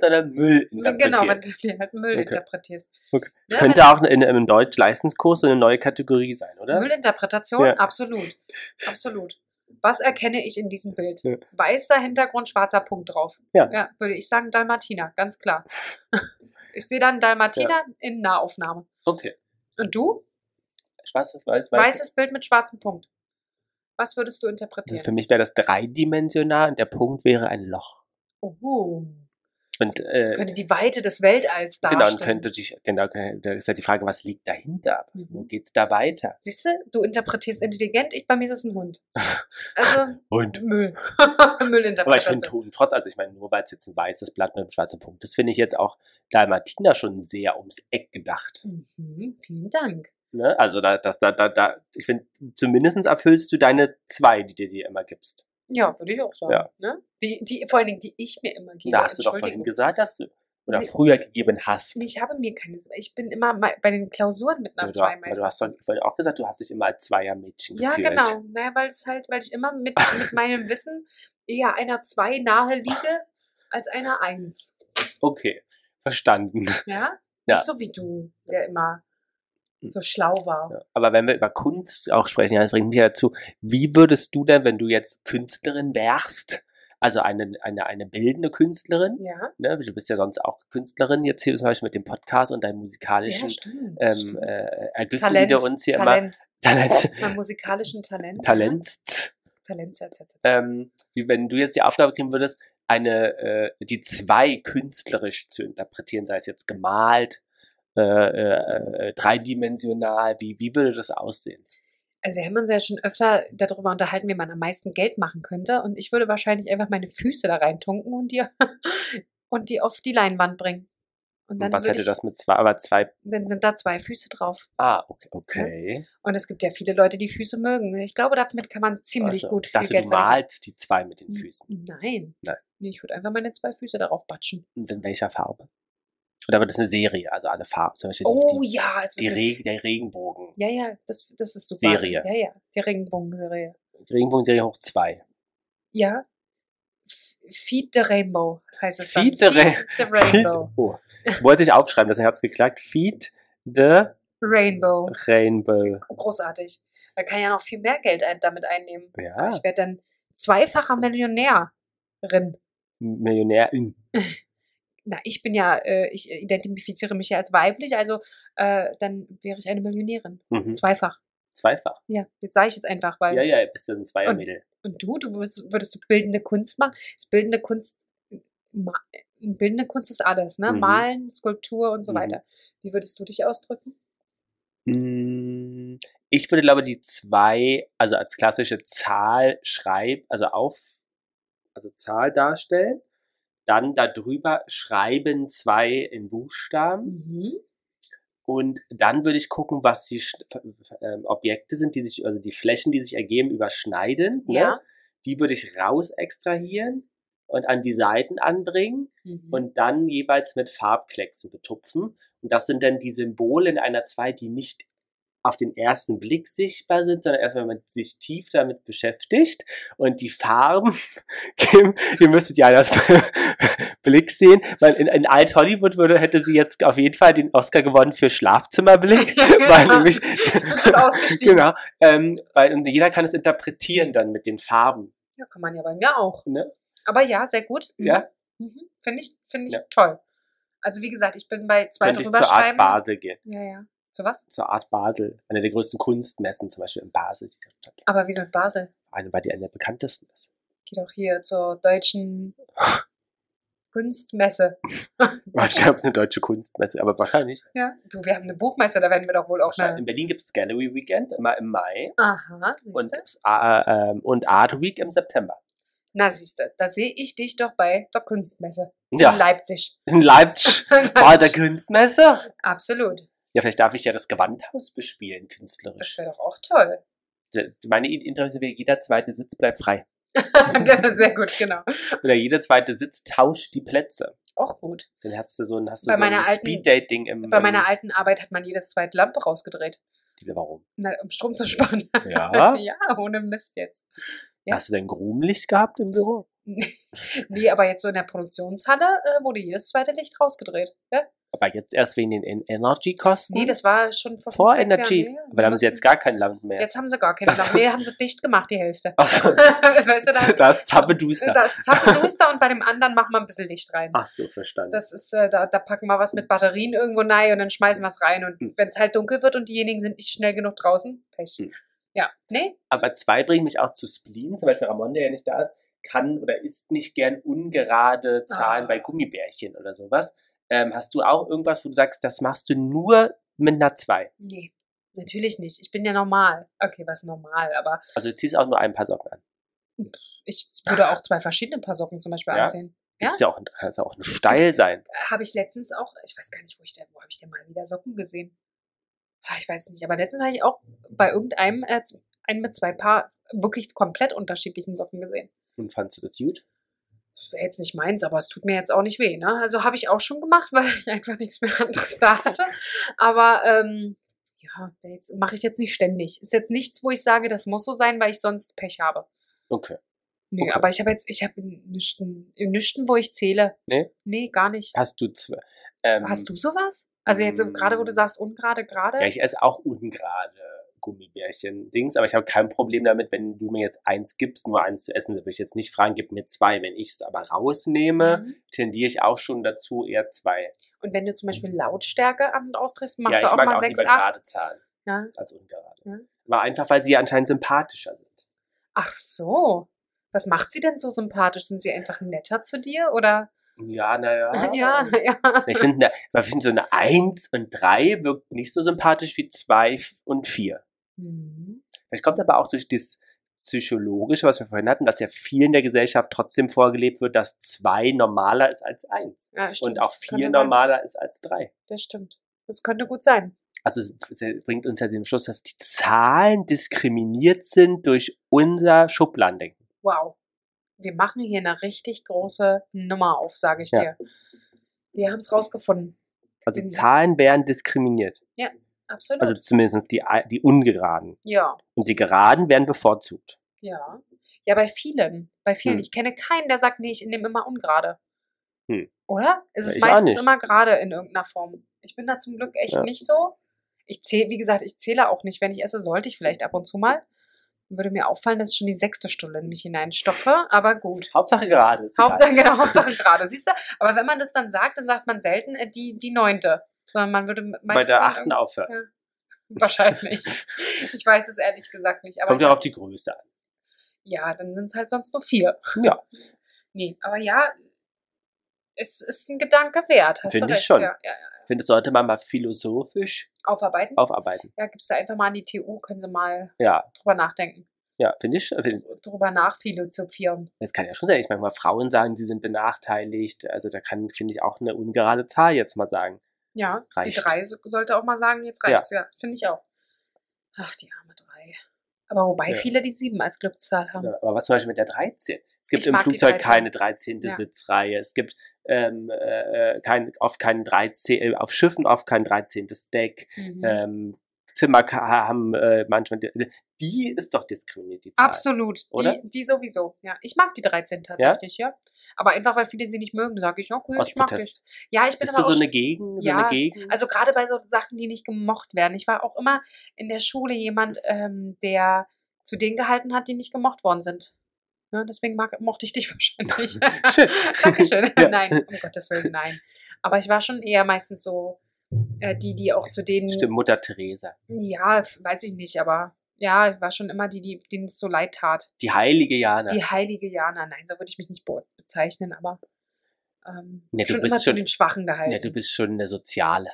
Speaker 2: sondern Müll interpretiert.
Speaker 1: Genau, wenn du die halt Müll
Speaker 2: Okay.
Speaker 1: interpretierst. Ne,
Speaker 2: okay. Das
Speaker 1: Ja,
Speaker 2: könnte auch in einem Deutsch-Leistungskurs so eine neue Kategorie sein, oder?
Speaker 1: Müllinterpretation,
Speaker 2: Ne? Ja.
Speaker 1: absolut. Absolut. Was erkenne ich in diesem Bild?
Speaker 2: Ja.
Speaker 1: Weißer Hintergrund, schwarzer Punkt drauf.
Speaker 2: Ja.
Speaker 1: würde ich sagen, Dalmatiner, ganz klar. ich sehe dann Dalmatiner in Nahaufnahme.
Speaker 2: Okay.
Speaker 1: Und du?
Speaker 2: Schwarz, weiß, weiß.
Speaker 1: Weißes Bild mit schwarzem Punkt. Was würdest du
Speaker 2: Also
Speaker 1: interpretieren?
Speaker 2: für mich wäre das dreidimensional und der Punkt wäre ein Loch.
Speaker 1: Oh,
Speaker 2: Und, äh,
Speaker 1: das könnte die Weite des Weltalls
Speaker 2: Genau, und
Speaker 1: darstellen.
Speaker 2: könnte dich, genau, da ist ja die Frage, was liegt dahinter? Wo
Speaker 1: Mhm.
Speaker 2: geht's da weiter?
Speaker 1: Siehst du, du interpretierst intelligent, ich bei mir ist es ein Hund. Also
Speaker 2: Und.
Speaker 1: Müll.
Speaker 2: Aber ich finde
Speaker 1: Müllinterpretation.
Speaker 2: Ton trotz, also ich meine, nur weil es jetzt ein weißes Blatt mit einem schwarzen Punkt ist, finde ich jetzt auch Dalmatiner schon sehr ums Eck gedacht.
Speaker 1: Mhm, vielen Dank.
Speaker 2: Ne? Also da, das, da, da, da, ich finde, zumindest erfüllst du deine zwei, die du dir immer gibst.
Speaker 1: Ja, würde ich auch sagen.
Speaker 2: Ja.
Speaker 1: Ne? Die, die, vor allen Dingen, die ich mir immer gebe.
Speaker 2: da hast du doch vorhin
Speaker 1: Entschuldigung.
Speaker 2: gesagt, dass du oder
Speaker 1: Nee.
Speaker 2: früher gegeben hast.
Speaker 1: Nee, Ich habe mir keine. Ich bin immer mal bei den Klausuren mit einer
Speaker 2: du,
Speaker 1: zwei
Speaker 2: du
Speaker 1: meistens.
Speaker 2: hast doch vorhin auch gesagt, du hast dich immer als Zweiermädchen
Speaker 1: Ja,
Speaker 2: gefühlt.
Speaker 1: genau. Naja, weil es halt, weil ich immer mit, mit meinem Wissen eher einer zwei nahe liege als einer eins.
Speaker 2: Okay, verstanden.
Speaker 1: Ja?
Speaker 2: Ja. Hm.
Speaker 1: Nicht so wie du, der immer so schlau war.
Speaker 2: Ja, Aber wenn wir über Kunst auch sprechen, ja, das bringt mich ja dazu, wie würdest du denn, wenn du jetzt Künstlerin wärst, also eine, eine, eine bildende Künstlerin,
Speaker 1: Ja,
Speaker 2: ne? du bist ja sonst auch Künstlerin, jetzt hier zum Beispiel mit dem Podcast und deinen
Speaker 1: ja,
Speaker 2: musikalischen
Speaker 1: stimmt.
Speaker 2: Also ähm,
Speaker 1: stimmt.
Speaker 2: äh, Ergüssen, die
Speaker 1: Talent,
Speaker 2: du uns hier
Speaker 1: Talent, Mhm.
Speaker 2: immer Talent,
Speaker 1: mein musikalischen Talent.
Speaker 2: Talent,
Speaker 1: Talent, ja, ja, ja.
Speaker 2: ähm, wie wenn du jetzt die Aufgabe kriegen würdest, eine, äh, die zwei künstlerisch zu interpretieren, sei es jetzt gemalt, äh, äh, äh, dreidimensional, wie, wie würde das aussehen?
Speaker 1: Also wir haben uns ja schon öfter darüber unterhalten, wie man am meisten Geld machen könnte. Und ich würde wahrscheinlich einfach meine Füße da reintunken und die, und die auf die Leinwand bringen. Und dann,
Speaker 2: Und was
Speaker 1: würde
Speaker 2: hätte
Speaker 1: ich,
Speaker 2: das mit zwei, aber zwei,
Speaker 1: dann sind da zwei Füße drauf.
Speaker 2: ah, okay. okay.
Speaker 1: Und es gibt ja viele Leute, die Füße mögen. Ich glaube, damit kann man ziemlich
Speaker 2: Also,
Speaker 1: gut viel
Speaker 2: dachte,
Speaker 1: Geld Mhm.
Speaker 2: du malst die zwei mit den
Speaker 1: verdienen.
Speaker 2: Füßen.
Speaker 1: Nein.
Speaker 2: Nein.
Speaker 1: Nee, ich würde einfach meine zwei Füße darauf batschen.
Speaker 2: Und in welcher Farbe? Oder wird das eine Serie, also alle Farben, zum Beispiel
Speaker 1: Oh
Speaker 2: die,
Speaker 1: ja, es
Speaker 2: die, die
Speaker 1: wird.
Speaker 2: Reg der Regenbogen.
Speaker 1: ja, ja, das, das ist super.
Speaker 2: Serie.
Speaker 1: Ja, ja, die Regenbogenserie.
Speaker 2: Die Regenbogenserie hoch zwei.
Speaker 1: Ja. F- Feed the Rainbow heißt es
Speaker 2: Feed
Speaker 1: dann.
Speaker 2: the Ra-
Speaker 1: the Rainbow.
Speaker 2: Feed- Oh, das wollte ich aufschreiben, deswegen hat es geklagt. Feed the
Speaker 1: Rainbow.
Speaker 2: Rainbow.
Speaker 1: Großartig. Da kann ich ja noch viel mehr Geld ein, damit einnehmen.
Speaker 2: Ja,
Speaker 1: Ich werde dann zweifacher Millionärin.
Speaker 2: Millionärin.
Speaker 1: Na, ich bin ja, äh, ich identifiziere mich ja als weiblich, also äh, dann wäre ich eine Millionärin.
Speaker 2: Mhm.
Speaker 1: Zweifach.
Speaker 2: Zweifach.
Speaker 1: Ja, jetzt sage ich jetzt einfach, weil.
Speaker 2: Ja, ja, bist du ein Zweiermädel.
Speaker 1: Und du, du würdest, würdest du bildende Kunst machen? Ist bildende Kunst, ma, bildende Kunst ist alles, ne?
Speaker 2: Mhm.
Speaker 1: Malen, Skulptur und so
Speaker 2: Mhm.
Speaker 1: weiter. Wie würdest du dich ausdrücken?
Speaker 2: Mm, Ich würde, glaube die zwei, also als klassische Zahl schreib, also auf, also Zahl darstellen. Dann darüber schreiben zwei in Buchstaben.
Speaker 1: Mhm.
Speaker 2: Und dann würde ich gucken, was die Sch- ähm, Objekte sind, die sich, also die Flächen, die sich ergeben, überschneiden. Ne?
Speaker 1: Ja.
Speaker 2: Die würde ich raus extrahieren und an die Seiten anbringen.
Speaker 1: Mhm.
Speaker 2: und dann jeweils mit Farbklecksen betupfen. Und das sind dann die Symbole in einer 2, die nicht auf den ersten Blick sichtbar sind, sondern erst wenn man sich tief damit beschäftigt. Und die Farben, Kim, ihr müsstet ja das Blick sehen, weil in, in Alt Hollywood würde, hätte sie jetzt auf jeden Fall den Oscar gewonnen für Schlafzimmerblick, weil nämlich
Speaker 1: ich bin schon ausgestiegen.
Speaker 2: genau, ähm, weil und jeder kann es interpretieren dann mit den Farben.
Speaker 1: Ja, kann man ja bei mir auch.
Speaker 2: Ne?
Speaker 1: Aber ja, sehr gut. Mhm.
Speaker 2: Ja,
Speaker 1: Mhm. Finde ich, finde ich
Speaker 2: Ja.
Speaker 1: toll. Also wie gesagt, ich bin bei zwei
Speaker 2: könnte ich
Speaker 1: drüber
Speaker 2: zur Art
Speaker 1: schreiben.
Speaker 2: Basel gehen.
Speaker 1: Ja, ja. Zu was?
Speaker 2: zur Art Basel, einer der größten Kunstmessen zum Beispiel in Basel, die dort stattfindet.
Speaker 1: Aber wieso in Basel?
Speaker 2: Eine, weil die eine der bekanntesten ist.
Speaker 1: Geh doch hier zur deutschen Kunstmesse.
Speaker 2: Was gab es eine deutsche Kunstmesse? Aber wahrscheinlich.
Speaker 1: Ja. Du, wir haben eine Buchmesse, da werden wir doch wohl auch
Speaker 2: wahrscheinlich.
Speaker 1: eine.
Speaker 2: In Berlin gibt es Gallery Weekend immer im Mai
Speaker 1: Aha,
Speaker 2: und,
Speaker 1: siehst du?
Speaker 2: das, äh, ähm, und Art Week im September.
Speaker 1: Na, siehst du, da sehe ich dich doch bei der Kunstmesse in
Speaker 2: Ja,
Speaker 1: Leipzig.
Speaker 2: in Leipzig war der Kunstmesse.
Speaker 1: Absolut.
Speaker 2: Ja, vielleicht darf ich ja das Gewandhaus bespielen,
Speaker 1: Das
Speaker 2: künstlerisch.
Speaker 1: wäre doch auch toll.
Speaker 2: D- Meine Interesse wäre, jeder zweite Sitz bleibt frei.
Speaker 1: Sehr gut, genau.
Speaker 2: Oder jeder zweite Sitz tauscht die Plätze.
Speaker 1: Auch gut.
Speaker 2: Dann hast du so ein, hast du
Speaker 1: Bei
Speaker 2: so ein
Speaker 1: meiner alten-
Speaker 2: Speed-Dating im.
Speaker 1: Bei meiner
Speaker 2: im-
Speaker 1: alten Arbeit hat man jedes zweite Lampe rausgedreht.
Speaker 2: Warum?
Speaker 1: Na, um Strom zu sparen.
Speaker 2: Ja.
Speaker 1: ja, ohne Mist jetzt. Ja.
Speaker 2: Hast du denn Grubenlicht gehabt im Büro?
Speaker 1: Nee, aber jetzt so in der Produktionshalle äh, wurde jedes zweite Licht rausgedreht. Ja?
Speaker 2: Aber jetzt erst wegen den En- Energy-Kosten?
Speaker 1: Nee, das war schon vor,
Speaker 2: Hm. vor
Speaker 1: fünf, sechs
Speaker 2: Energy.
Speaker 1: Jahren. Ja,
Speaker 2: Aber da haben sie
Speaker 1: müssen-
Speaker 2: jetzt gar kein Land mehr.
Speaker 1: Jetzt haben sie gar keine
Speaker 2: Ach so.
Speaker 1: Lampe. Nee, haben sie dicht gemacht, die Hälfte.
Speaker 2: Achso,
Speaker 1: weißt du, da,
Speaker 2: da ist Ah. Zappeduster.
Speaker 1: da ist Zappenduster und bei dem anderen machen wir ein bisschen Licht rein.
Speaker 2: Achso, verstanden.
Speaker 1: Das ist, äh, da, da packen wir was mit Batterien irgendwo rein und dann schmeißen wir es rein. Und
Speaker 2: Hm.
Speaker 1: wenn es halt dunkel wird und diejenigen sind nicht schnell genug draußen, Pech.
Speaker 2: Hm.
Speaker 1: Ja, nee,
Speaker 2: Aber zwei bringen mich auch zu Spleen. Zum Beispiel Ramon, der ja nicht da ist, kann oder isst nicht gern ungerade Zahlen
Speaker 1: Ah.
Speaker 2: bei Gummibärchen oder sowas. Ähm, hast du auch irgendwas, wo du sagst, das machst du nur mit einer 2?
Speaker 1: nee, natürlich nicht. Ich bin ja normal. Okay, was normal, aber
Speaker 2: Also du ziehst auch nur ein paar Socken an.
Speaker 1: ich würde auch zwei verschiedene Paar Socken zum Beispiel
Speaker 2: Ja.
Speaker 1: anziehen. Ja.
Speaker 2: Gibt's ja auch, kann ja auch ein Steil sein.
Speaker 1: Habe ich letztens auch, ich weiß gar nicht, wo ich denn, wo habe ich denn mal wieder Socken gesehen? Ah, ich weiß nicht, aber letztens habe ich auch bei irgendeinem äh, einen mit zwei Paar wirklich komplett unterschiedlichen Socken gesehen.
Speaker 2: Und fandst du das gut?
Speaker 1: Das wäre jetzt nicht meins, aber es tut mir jetzt auch nicht weh. Ne? Also habe ich auch schon gemacht, weil ich einfach nichts mehr anderes da hatte. Aber ähm, ja, mache ich jetzt nicht ständig. Ist jetzt nichts, wo ich sage, das muss so sein, weil ich sonst Pech habe.
Speaker 2: Okay.
Speaker 1: Nö,
Speaker 2: Okay.
Speaker 1: aber ich habe jetzt, ich habe nüchten, nüchten, wo ich zähle.
Speaker 2: Nee?
Speaker 1: Nee, gar nicht.
Speaker 2: Hast du zwei? Ähm,
Speaker 1: Hast du sowas? Also jetzt
Speaker 2: mm.
Speaker 1: gerade, wo du sagst, ungerade, gerade.
Speaker 2: Ja, ich esse auch ungerade Gummibärchen-Dings, aber ich habe kein Problem damit, wenn du mir jetzt eins gibst, nur eins zu essen. Da würde ich jetzt nicht fragen, gib mir zwei. Wenn ich es aber rausnehme,
Speaker 1: Mhm.
Speaker 2: tendiere ich auch schon dazu, eher zwei.
Speaker 1: Und wenn du zum Beispiel Lautstärke an und austriffst, machst
Speaker 2: Mhm. ja, ich
Speaker 1: du auch
Speaker 2: mag
Speaker 1: mal ne?
Speaker 2: auch
Speaker 1: 6,
Speaker 2: lieber
Speaker 1: 8.
Speaker 2: gerade Zahlen
Speaker 1: Ja.
Speaker 2: als ungerade.
Speaker 1: Ja.
Speaker 2: Aber einfach, weil sie ja anscheinend sympathischer sind.
Speaker 1: Ach so. Was macht sie denn so sympathisch? Sind sie einfach netter zu dir oder?
Speaker 2: Ja, naja.
Speaker 1: Ja, ja.
Speaker 2: Ich finde ich find so eine 1 und 3 wirkt nicht so sympathisch wie 2 und 4.
Speaker 1: Mhm.
Speaker 2: Vielleicht kommt es aber auch durch das Psychologische, was wir vorhin hatten, dass ja viel in der Gesellschaft trotzdem vorgelebt wird, dass 2 normaler ist als 1.
Speaker 1: ja
Speaker 2: Und auch
Speaker 1: das
Speaker 2: 4
Speaker 1: könnte sein.
Speaker 2: normaler ist als 3.
Speaker 1: Das stimmt. Das könnte gut sein.
Speaker 2: Also es, es bringt uns ja den Schluss, dass die Zahlen diskriminiert sind durch unser Schubladendenken.
Speaker 1: Wow. Wir machen hier eine richtig große Nummer auf, sage ich
Speaker 2: Ja.
Speaker 1: dir. Wir haben es rausgefunden.
Speaker 2: Also
Speaker 1: Mhm.
Speaker 2: Zahlen werden diskriminiert.
Speaker 1: Genau. Absolut.
Speaker 2: Also zumindest die, die ungeraden.
Speaker 1: ja,
Speaker 2: Und die geraden werden bevorzugt.
Speaker 1: ja. Ja, bei vielen. Bei vielen.
Speaker 2: Hm.
Speaker 1: Ich kenne keinen, der sagt, nee, ich nehme immer ungerade.
Speaker 2: Hm.
Speaker 1: Oder? Es
Speaker 2: Ja,
Speaker 1: ist
Speaker 2: ich auch
Speaker 1: meistens
Speaker 2: nicht.
Speaker 1: immer gerade in irgendeiner Form. Ich bin da zum Glück echt
Speaker 2: Ja.
Speaker 1: nicht so. Ich zähle, wie gesagt, ich zähle auch nicht. Wenn ich esse, sollte ich vielleicht ab und zu mal. Dann würde mir auffallen, dass ich schon die sechste Stunde in mich hineinstopfe. Aber gut.
Speaker 2: Hauptsache gerade. Ist egal.
Speaker 1: Hauptsache, genau, Hauptsache gerade. Siehst du? Aber wenn man das dann sagt, dann sagt man selten äh, die, die neunte. Sondern man würde meistens.
Speaker 2: Bei der
Speaker 1: dann
Speaker 2: achten aufhören.
Speaker 1: irgendwie- Wahrscheinlich. Ich weiß es ehrlich gesagt nicht. Aber
Speaker 2: Kommt ja auf die Größe an.
Speaker 1: ja, dann sind es halt sonst nur vier.
Speaker 2: Ja.
Speaker 1: Nee, aber ja, es ist ein Gedanke wert. Hast
Speaker 2: Finde
Speaker 1: du
Speaker 2: ich
Speaker 1: recht.
Speaker 2: schon.
Speaker 1: Ja, ja, ja.
Speaker 2: Ich finde, das sollte man mal philosophisch
Speaker 1: Aufarbeiten?
Speaker 2: aufarbeiten.
Speaker 1: Ja, gibst du einfach mal an die TU, können sie mal
Speaker 2: Ja,
Speaker 1: drüber nachdenken.
Speaker 2: ja, finde ich. Find,
Speaker 1: Drüber nachphilosophieren.
Speaker 2: das kann ja schon sein. Ich meine, mal Frauen sagen, sie sind benachteiligt. Also da kann, finde ich, auch eine ungerade Zahl jetzt mal sagen.
Speaker 1: Ja, die
Speaker 2: Reicht.
Speaker 1: drei so- sollte auch mal sagen, jetzt
Speaker 2: Ja.
Speaker 1: reicht's, ja, finde ich auch. Ach, die arme drei. Aber wobei
Speaker 2: Ja.
Speaker 1: viele die sieben als Glückszahl haben.
Speaker 2: Ja, Aber was zum Beispiel mit der 13? Es gibt
Speaker 1: Ich
Speaker 2: im
Speaker 1: mag die
Speaker 2: Flugzeug
Speaker 1: 13.
Speaker 2: keine 13.
Speaker 1: Ja.
Speaker 2: Sitzreihe. Es gibt ähm, äh, kein, auf keinen 13, äh, auf Schiffen auf kein 13. Deck.
Speaker 1: Mhm.
Speaker 2: Ähm, Zimmer ka- haben äh, manchmal. Die, die ist doch diskriminiert, die Zahl.
Speaker 1: Absolut,
Speaker 2: Oder?
Speaker 1: Die, die sowieso. Ja, ich mag die 13 tatsächlich, ja. Aber einfach weil viele sie nicht mögen, sage ich, okay,
Speaker 2: Aus
Speaker 1: ich mag
Speaker 2: Protest.
Speaker 1: dich. Ja, ich bin
Speaker 2: Bist du
Speaker 1: aber
Speaker 2: so
Speaker 1: auch
Speaker 2: eine Gegend? So
Speaker 1: Ja,
Speaker 2: eine Gegend?
Speaker 1: Also gerade bei so Sachen, die nicht gemocht werden. Ich war auch immer in der Schule jemand, ähm, der zu denen gehalten hat, die nicht gemocht worden sind. Ne, deswegen mag, mochte ich dich wahrscheinlich.
Speaker 2: Schön.
Speaker 1: Dankeschön.
Speaker 2: Ja.
Speaker 1: Nein, um Gottes Willen, nein. Aber ich war schon eher meistens so äh, die, die auch zu denen,
Speaker 2: Stimmt, Mutter Teresa.
Speaker 1: ja, f- weiß ich nicht, aber ja, ich war schon immer die, die denen es so leid tat.
Speaker 2: Die heilige Jana.
Speaker 1: Die heilige Jana, nein, so würde ich mich nicht be bezeichnen, aber ähm,
Speaker 2: Ne, du
Speaker 1: schon
Speaker 2: bist
Speaker 1: immer zu
Speaker 2: schon-
Speaker 1: den Schwachen gehalten.
Speaker 2: Ja, du bist schon eine soziale,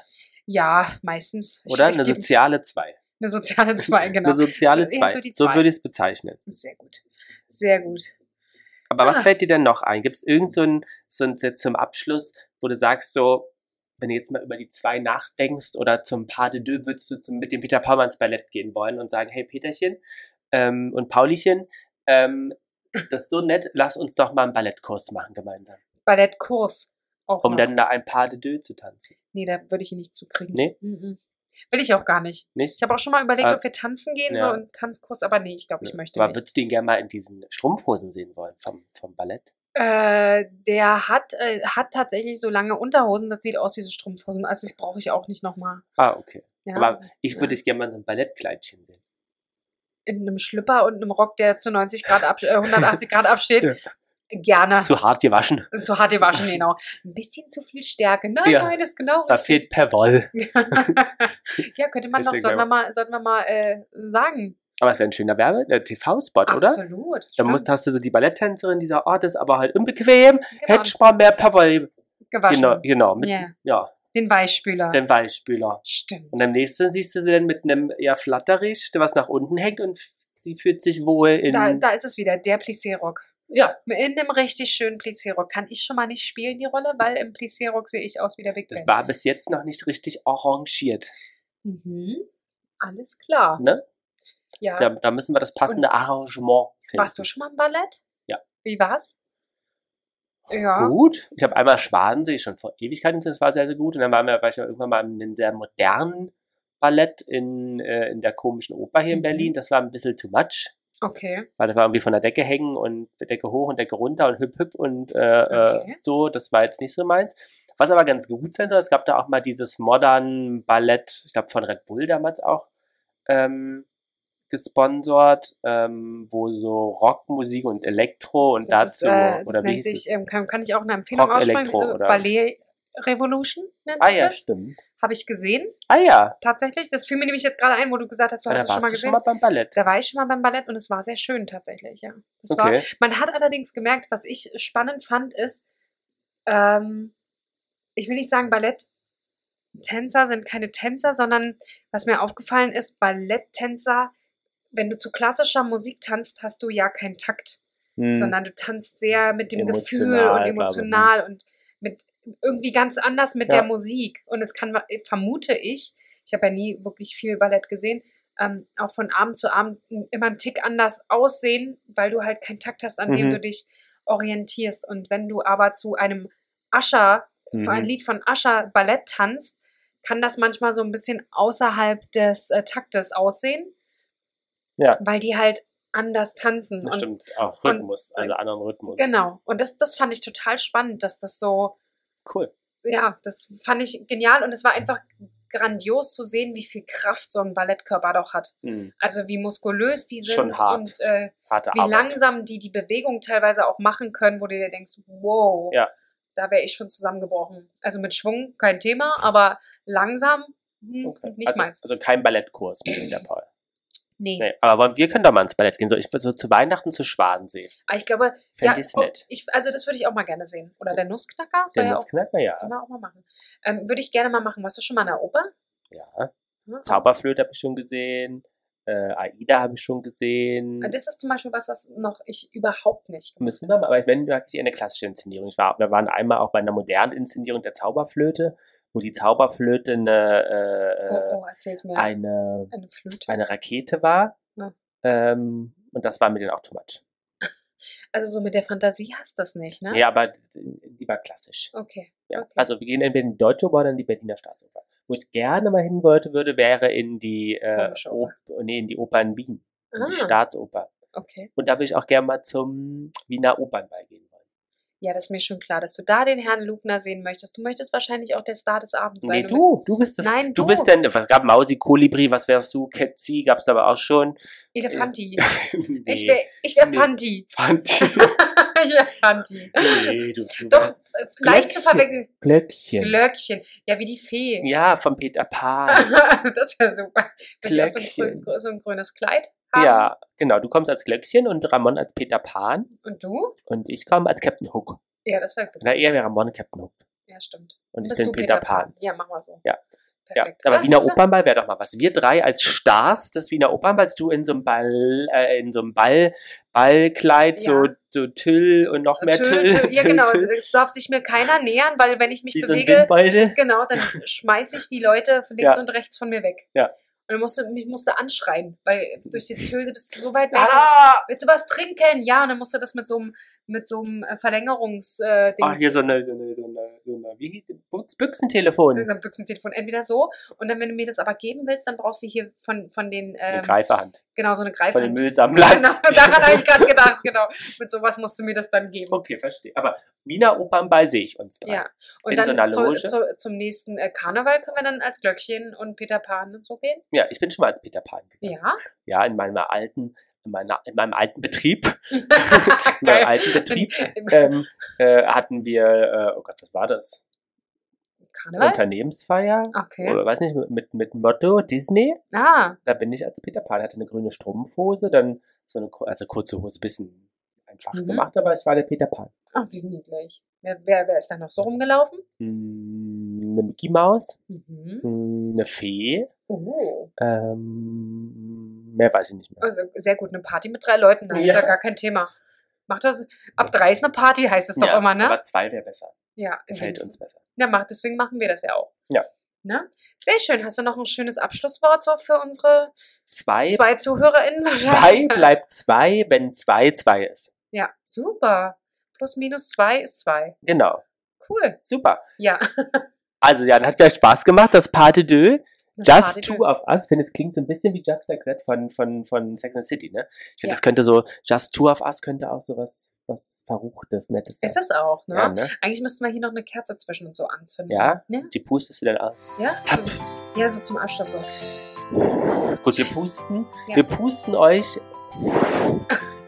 Speaker 1: ja, meistens. Ich-
Speaker 2: oder? Also
Speaker 1: ich
Speaker 2: Eine
Speaker 1: geb-
Speaker 2: soziale 2.
Speaker 1: Eine soziale 2, genau.
Speaker 2: Eine soziale
Speaker 1: Ja, so
Speaker 2: 2.
Speaker 1: die
Speaker 2: So
Speaker 1: Zwei.
Speaker 2: würde ich es bezeichnen.
Speaker 1: Sehr gut. Sehr gut.
Speaker 2: Aber was
Speaker 1: Ah.
Speaker 2: fällt dir denn noch ein? Gibt es irgend so ein, so ein Set zum Abschluss, wo du sagst, so, wenn du jetzt mal über die 2 nachdenkst oder zum Pas de Deux würdest du zum, mit dem Peter Paul mal ins Ballett gehen wollen und sagen, hey Peterchen ähm, und Paulchen, ähm, das ist so nett, lass uns doch mal einen Ballettkurs machen gemeinsam.
Speaker 1: Ballettkurs. Auch
Speaker 2: Um
Speaker 1: noch.
Speaker 2: dann da ein Pas de Deux zu tanzen.
Speaker 1: nee, da würde ich ihn nicht zukriegen.
Speaker 2: Nee?
Speaker 1: Mhm. Will ich auch gar nicht.
Speaker 2: Nicht?
Speaker 1: Ich habe auch schon mal überlegt,
Speaker 2: Ah.
Speaker 1: ob wir tanzen gehen,
Speaker 2: Ja.
Speaker 1: so einen Tanzkurs, aber nee, ich glaube, ich möchte
Speaker 2: Aber
Speaker 1: nicht.
Speaker 2: würdest du ihn gerne mal in diesen Strumpfhosen sehen wollen vom, vom Ballett?
Speaker 1: Äh, der hat, äh, hat tatsächlich so lange Unterhosen, das sieht aus wie so Strumpfhosen. Also ich brauche ich auch nicht nochmal.
Speaker 2: Ah, okay.
Speaker 1: Ja.
Speaker 2: Aber ich würde dich gerne mal in so einem Ballettkleidchen sehen.
Speaker 1: in einem Schlüpper und einem Rock, der zu 90 Grad ab, äh, 180 Grad absteht.
Speaker 2: Ja.
Speaker 1: Gerne. Zu,
Speaker 2: Zu hart gewaschen.
Speaker 1: hart gewaschen, genau. Ein bisschen zu viel Stärke. Nein,
Speaker 2: Ja.
Speaker 1: nein, ist genau
Speaker 2: Da
Speaker 1: richtig.
Speaker 2: fehlt per Woll.
Speaker 1: ja, könnte man
Speaker 2: Ich
Speaker 1: noch,
Speaker 2: denk
Speaker 1: sollten wir
Speaker 2: gleich
Speaker 1: mal, sollten wir mal äh, sagen.
Speaker 2: Aber es wäre ein schöner Werbe, der TV-Spot, oder?
Speaker 1: Absolut.
Speaker 2: Dann musst,
Speaker 1: stimmt.
Speaker 2: hast du so die Balletttänzerin, dieser Ort ist aber halt unbequem.
Speaker 1: Genau,
Speaker 2: Hätte ich mal mehr per Woll.
Speaker 1: gewaschen.
Speaker 2: Genau, genau. Mit,
Speaker 1: Ja.
Speaker 2: Ja,
Speaker 1: Den Weichspüler.
Speaker 2: den Weichspüler.
Speaker 1: Stimmt.
Speaker 2: Und am nächsten siehst du sie dann mit einem eher flatterig, der was nach unten hängt und sie fühlt sich wohl in.
Speaker 1: da, da ist es wieder, der Plissé-Rock.
Speaker 2: ja,
Speaker 1: In einem richtig schönen Plissé-Rock kann ich schon mal nicht spielen, die Rolle, weil im Plissé-Rock sehe ich aus wie der Big
Speaker 2: das
Speaker 1: Ben.
Speaker 2: war bis jetzt noch nicht richtig orangiert.
Speaker 1: Mhm. Alles klar.
Speaker 2: Ne?
Speaker 1: Ja.
Speaker 2: Da, da müssen wir das passende Arrangement finden.
Speaker 1: Warst du schon mal im Ballett?
Speaker 2: Ja.
Speaker 1: Wie war's? Ja.
Speaker 2: Gut. Ich habe einmal Schwadensee schon vor Ewigkeiten gesehen, das war sehr, sehr gut. Und dann waren wir, war ich ja irgendwann mal in einem sehr modernen Ballett in, äh, in der komischen Oper hier in
Speaker 1: Mhm.
Speaker 2: Berlin. Das war ein bisschen too much.
Speaker 1: Okay.
Speaker 2: Weil das war irgendwie von der Decke hängen und Decke hoch und Decke runter und hüp hüp und äh, äh,
Speaker 1: Okay.
Speaker 2: so. Das war jetzt nicht so meins. Was aber ganz gut sein soll, es gab da auch mal dieses Modern Ballett, ich glaube von Red Bull damals auch ähm, gesponsert, ähm, wo so Rockmusik und Elektro und
Speaker 1: Das
Speaker 2: dazu
Speaker 1: ist, äh, das
Speaker 2: oder wie
Speaker 1: nennt
Speaker 2: hieß
Speaker 1: sich,
Speaker 2: es?
Speaker 1: ähm, kann, kann ich auch eine Empfehlung
Speaker 2: Rock
Speaker 1: aussprechen?
Speaker 2: Electro,
Speaker 1: Äh,
Speaker 2: oder?
Speaker 1: Ballet Revolution nennt
Speaker 2: Ah
Speaker 1: sich
Speaker 2: ja,
Speaker 1: das.
Speaker 2: stimmt.
Speaker 1: Habe ich gesehen,
Speaker 2: Ah ja,
Speaker 1: tatsächlich. Das fiel mir nämlich jetzt gerade ein, wo du gesagt hast, Ah, du
Speaker 2: da
Speaker 1: hast es schon
Speaker 2: warst
Speaker 1: mal
Speaker 2: du
Speaker 1: gesehen.
Speaker 2: schon mal beim Ballett.
Speaker 1: Da war ich schon mal beim Ballett und es war sehr schön tatsächlich, ja. Das war,
Speaker 2: Okay.
Speaker 1: man hat allerdings gemerkt, was ich spannend fand, ist, ähm, ich will nicht sagen, Balletttänzer sind keine Tänzer, sondern was mir aufgefallen ist, Balletttänzer, wenn du zu klassischer Musik tanzt, hast du ja keinen Takt,
Speaker 2: Hm.
Speaker 1: sondern du tanzt sehr mit dem Gefühl und
Speaker 2: Emotional, glaube ich. ne?
Speaker 1: emotional und mit irgendwie ganz anders mit
Speaker 2: Ja.
Speaker 1: der Musik. Und es kann, vermute ich, ich habe ja nie wirklich viel Ballett gesehen, ähm, auch von Abend zu Abend m- immer einen Tick anders aussehen, weil du halt keinen Takt hast, an
Speaker 2: Mhm.
Speaker 1: dem du dich orientierst. Und wenn du aber zu einem Ascher,
Speaker 2: Mhm.
Speaker 1: für ein Lied von Ascher Ballett tanzt, kann das manchmal so ein bisschen außerhalb des äh, Taktes aussehen,
Speaker 2: Ja.
Speaker 1: weil die halt anders tanzen.
Speaker 2: Das
Speaker 1: Und
Speaker 2: stimmt, auch
Speaker 1: und-
Speaker 2: Rhythmus, also anderen Rhythmus.
Speaker 1: Genau. Und das, das fand ich total spannend, dass das so,
Speaker 2: Cool.
Speaker 1: ja, das fand ich genial und es war einfach grandios zu sehen, wie viel Kraft so ein Ballettkörper doch hat.
Speaker 2: Hm.
Speaker 1: Also wie muskulös die sind
Speaker 2: Schon hart.
Speaker 1: und äh,
Speaker 2: Harte
Speaker 1: wie
Speaker 2: Arbeit.
Speaker 1: langsam die die Bewegung teilweise auch machen können, wo du dir denkst, wow,
Speaker 2: Ja.
Speaker 1: da wäre ich schon zusammengebrochen. Also mit Schwung kein Thema, aber langsam hm,
Speaker 2: Okay.
Speaker 1: nicht
Speaker 2: also,
Speaker 1: meins.
Speaker 2: Also kein Ballettkurs mit der Paul.
Speaker 1: Nee.
Speaker 2: Nee, aber wollen- wir können doch mal ins Ballett gehen. So, ich, so zu Weihnachten zu Schwadensee.
Speaker 1: Aber ich glaube,
Speaker 2: Fände
Speaker 1: ja,
Speaker 2: ich's nett.
Speaker 1: Ich, also das würde ich auch mal gerne sehen. Oder der Nussknacker soll
Speaker 2: Denn
Speaker 1: ja
Speaker 2: das
Speaker 1: auch, genau.
Speaker 2: knallt man ja.
Speaker 1: können wir auch mal machen. Ähm, würde ich gerne mal machen. Warst du schon mal in der Oper?
Speaker 2: ja.
Speaker 1: Ne?
Speaker 2: Zauberflöte habe ich schon gesehen. Äh, Aida habe ich schon gesehen.
Speaker 1: Und Ah, Das ist zum Beispiel was, was noch ich überhaupt nicht.
Speaker 2: Müssen wir mal, aber wenn, wirklich eine klassische Inszenierung. Ich war, wir waren einmal auch bei einer modernen Inszenierung der Zauberflöte, wo die Zauberflöte eine, äh,
Speaker 1: Oh, oh erzähl's mir.
Speaker 2: eine,
Speaker 1: eine Flöte.
Speaker 2: eine Rakete war.
Speaker 1: Ja.
Speaker 2: Ähm, und das war mir dann auch too much.
Speaker 1: Also so mit der Fantasie hast du das nicht, ne?
Speaker 2: Ja, aber lieber klassisch.
Speaker 1: Okay.
Speaker 2: Ja.
Speaker 1: Okay.
Speaker 2: Also wir gehen entweder in die Deutsche Oper oder in die Berliner Staatsoper. Wo ich gerne mal hin wollte, würde, wäre in die, äh,
Speaker 1: Komische
Speaker 2: Op
Speaker 1: Oper.
Speaker 2: nee, in die Oper in Wien, in
Speaker 1: Ah,
Speaker 2: die Staatsoper.
Speaker 1: okay.
Speaker 2: Und da würde ich auch gerne mal zum Wiener Opernball gehen wollen.
Speaker 1: Ja, das ist mir schon klar, dass du da den Herrn Lugner sehen möchtest. Du möchtest wahrscheinlich auch der Star des Abends sein.
Speaker 2: nee,
Speaker 1: und mit-
Speaker 2: du, du bist das.
Speaker 1: Nein,
Speaker 2: du.
Speaker 1: du.
Speaker 2: bist denn, was gab Mausi, Kolibri, was wärst du? Ketzi gab es aber auch schon.
Speaker 1: Elefanti.
Speaker 2: nee,
Speaker 1: Ich wäre ich wär
Speaker 2: Nee.
Speaker 1: Fanti.
Speaker 2: fand
Speaker 1: ich wäre Fanti.
Speaker 2: Nee, du, du
Speaker 1: Doch,
Speaker 2: wärst-
Speaker 1: äh, leicht zu
Speaker 2: Glöckchen.
Speaker 1: verwechseln.
Speaker 2: Glöckchen.
Speaker 1: Glöckchen. Ja, wie die Fee.
Speaker 2: ja, von Peter Pan.
Speaker 1: das wäre super. Würde ich auch so ein,
Speaker 2: Glöckchen.
Speaker 1: grün, so ein grünes Kleid haben.
Speaker 2: ja, genau. Du kommst als Glöckchen und Ramon als Peter Pan
Speaker 1: Und du?
Speaker 2: und ich komme als Captain Hook.
Speaker 1: Ja, das wäre
Speaker 2: Na, eher wäre Ramon Captain Hook.
Speaker 1: Ja, stimmt.
Speaker 2: Und ich
Speaker 1: Bist du
Speaker 2: bin Peter, Pan.
Speaker 1: Ja, machen wir so.
Speaker 2: Ja. Ja,
Speaker 1: Perfekt.
Speaker 2: aber
Speaker 1: Ah,
Speaker 2: Wiener
Speaker 1: siehste?
Speaker 2: Opernball wäre doch mal was. Wir drei als Stars des Wiener Opernballs, du in so einem Ball, äh, in so einem Ball, Ballkleid, so,
Speaker 1: Ja.
Speaker 2: so Till und noch mehr
Speaker 1: Tö,
Speaker 2: Till.
Speaker 1: tö, ja,
Speaker 2: Till,
Speaker 1: genau.
Speaker 2: Till,
Speaker 1: Es darf sich mir keiner nähern, weil wenn ich mich
Speaker 2: wie so ein
Speaker 1: bewege,
Speaker 2: Windbeutel.
Speaker 1: genau, dann schmeiße ich die Leute links
Speaker 2: Ja.
Speaker 1: und rechts von mir weg.
Speaker 2: Ja.
Speaker 1: Und dann musste, mich musste anschreien, weil durch die Tülde bist du so weit weg.
Speaker 2: Ah,
Speaker 1: Willst du was trinken? Ja, und dann musste das mit so einem, mit so einem äh, Verlängerungs, äh, Dings-
Speaker 2: Ah, hier so eine, so eine, so eine, so eine wie hieß die? Buchs- Büchsentelefon.
Speaker 1: so ein Büchsentelefon. Entweder so, und dann, wenn du mir das aber geben willst, dann brauchst du hier von, von den,
Speaker 2: Eine
Speaker 1: ähm,
Speaker 2: Greiferhand.
Speaker 1: genau, so eine
Speaker 2: Von den
Speaker 1: Greifhand.
Speaker 2: Müllsammlern.
Speaker 1: Genau, daran habe ich gerade gedacht, genau. Mit sowas musst du mir das dann geben.
Speaker 2: Okay, verstehe. Aber Wiener Opernball sehe ich uns drei.
Speaker 1: Ja. Und
Speaker 2: In so einer
Speaker 1: dann
Speaker 2: Loge?
Speaker 1: zu, zu, zum nächsten äh, Karneval können wir dann als Glöckchen und Peter Pan und so gehen.
Speaker 2: Ja, ich bin schon mal als Peter Pan gegangen.
Speaker 1: Ja.
Speaker 2: Ja, in meinem alten, in, meiner, in meinem alten Betrieb. In meinem
Speaker 1: Geil.
Speaker 2: alten Betrieb.
Speaker 1: Im
Speaker 2: ähm, äh, hatten wir, äh, oh Gott, was war das?
Speaker 1: Karneval?
Speaker 2: Unternehmensfeier?
Speaker 1: Okay.
Speaker 2: Oder weiß nicht, mit, mit Motto Disney.
Speaker 1: Ah,
Speaker 2: Da bin ich als Peter Pan, hatte eine grüne Strumpfhose, dann so eine kur- also kurze Hose, bisschen einfach
Speaker 1: Mhm.
Speaker 2: gemacht, aber ich war der Peter Pan.
Speaker 1: ach, wie niedlich. Wer, wer, wer ist da noch so rumgelaufen?
Speaker 2: Mm, Eine Mickey Maus,
Speaker 1: Mhm.
Speaker 2: mm, eine Fee,
Speaker 1: Oh,
Speaker 2: ähm, mehr weiß ich nicht mehr.
Speaker 1: also sehr gut. Eine Party mit drei Leuten, da ist
Speaker 2: Ja.
Speaker 1: ja gar kein Thema. Macht das, ab drei ist eine Party, heißt es doch
Speaker 2: Ja,
Speaker 1: immer, ne? Mhm.
Speaker 2: Aber zwei wäre besser,
Speaker 1: Ja, in
Speaker 2: gefällt
Speaker 1: dem-
Speaker 2: uns besser.
Speaker 1: Ja, macht, deswegen machen wir das ja auch.
Speaker 2: Ja.
Speaker 1: Ne? Sehr schön. Hast du noch ein schönes Abschlusswort so für unsere
Speaker 2: Zwei, zwei,
Speaker 1: zwei ZuhörerInnen?
Speaker 2: bleibt zwei, wenn zwei zwei ist.
Speaker 1: Ja, super. Plus minus zwei ist zwei.
Speaker 2: Genau.
Speaker 1: Cool.
Speaker 2: Super.
Speaker 1: Ja.
Speaker 2: Also ja, hat gleich Spaß gemacht, das Pas de Deux.
Speaker 1: Das war die
Speaker 2: Just Two
Speaker 1: Tür.
Speaker 2: of Us, ich finde, es klingt so ein bisschen wie Just Like That von, von, von Sex and the City, ne? Ich finde,
Speaker 1: Ja.
Speaker 2: das könnte so, Just Two of Us könnte auch so was, was Verruchtes, Nettes sein.
Speaker 1: Ist es auch, ne?
Speaker 2: ja, ne?
Speaker 1: Eigentlich müssten wir hier noch eine Kerze zwischen uns so anzünden.
Speaker 2: Ja?
Speaker 1: Ne?
Speaker 2: Die pustest du dann aus.
Speaker 1: Ja? Ja, so zum Abschluss so.
Speaker 2: Gut, wir
Speaker 1: Yes.
Speaker 2: pusten,
Speaker 1: Ja.
Speaker 2: wir pusten euch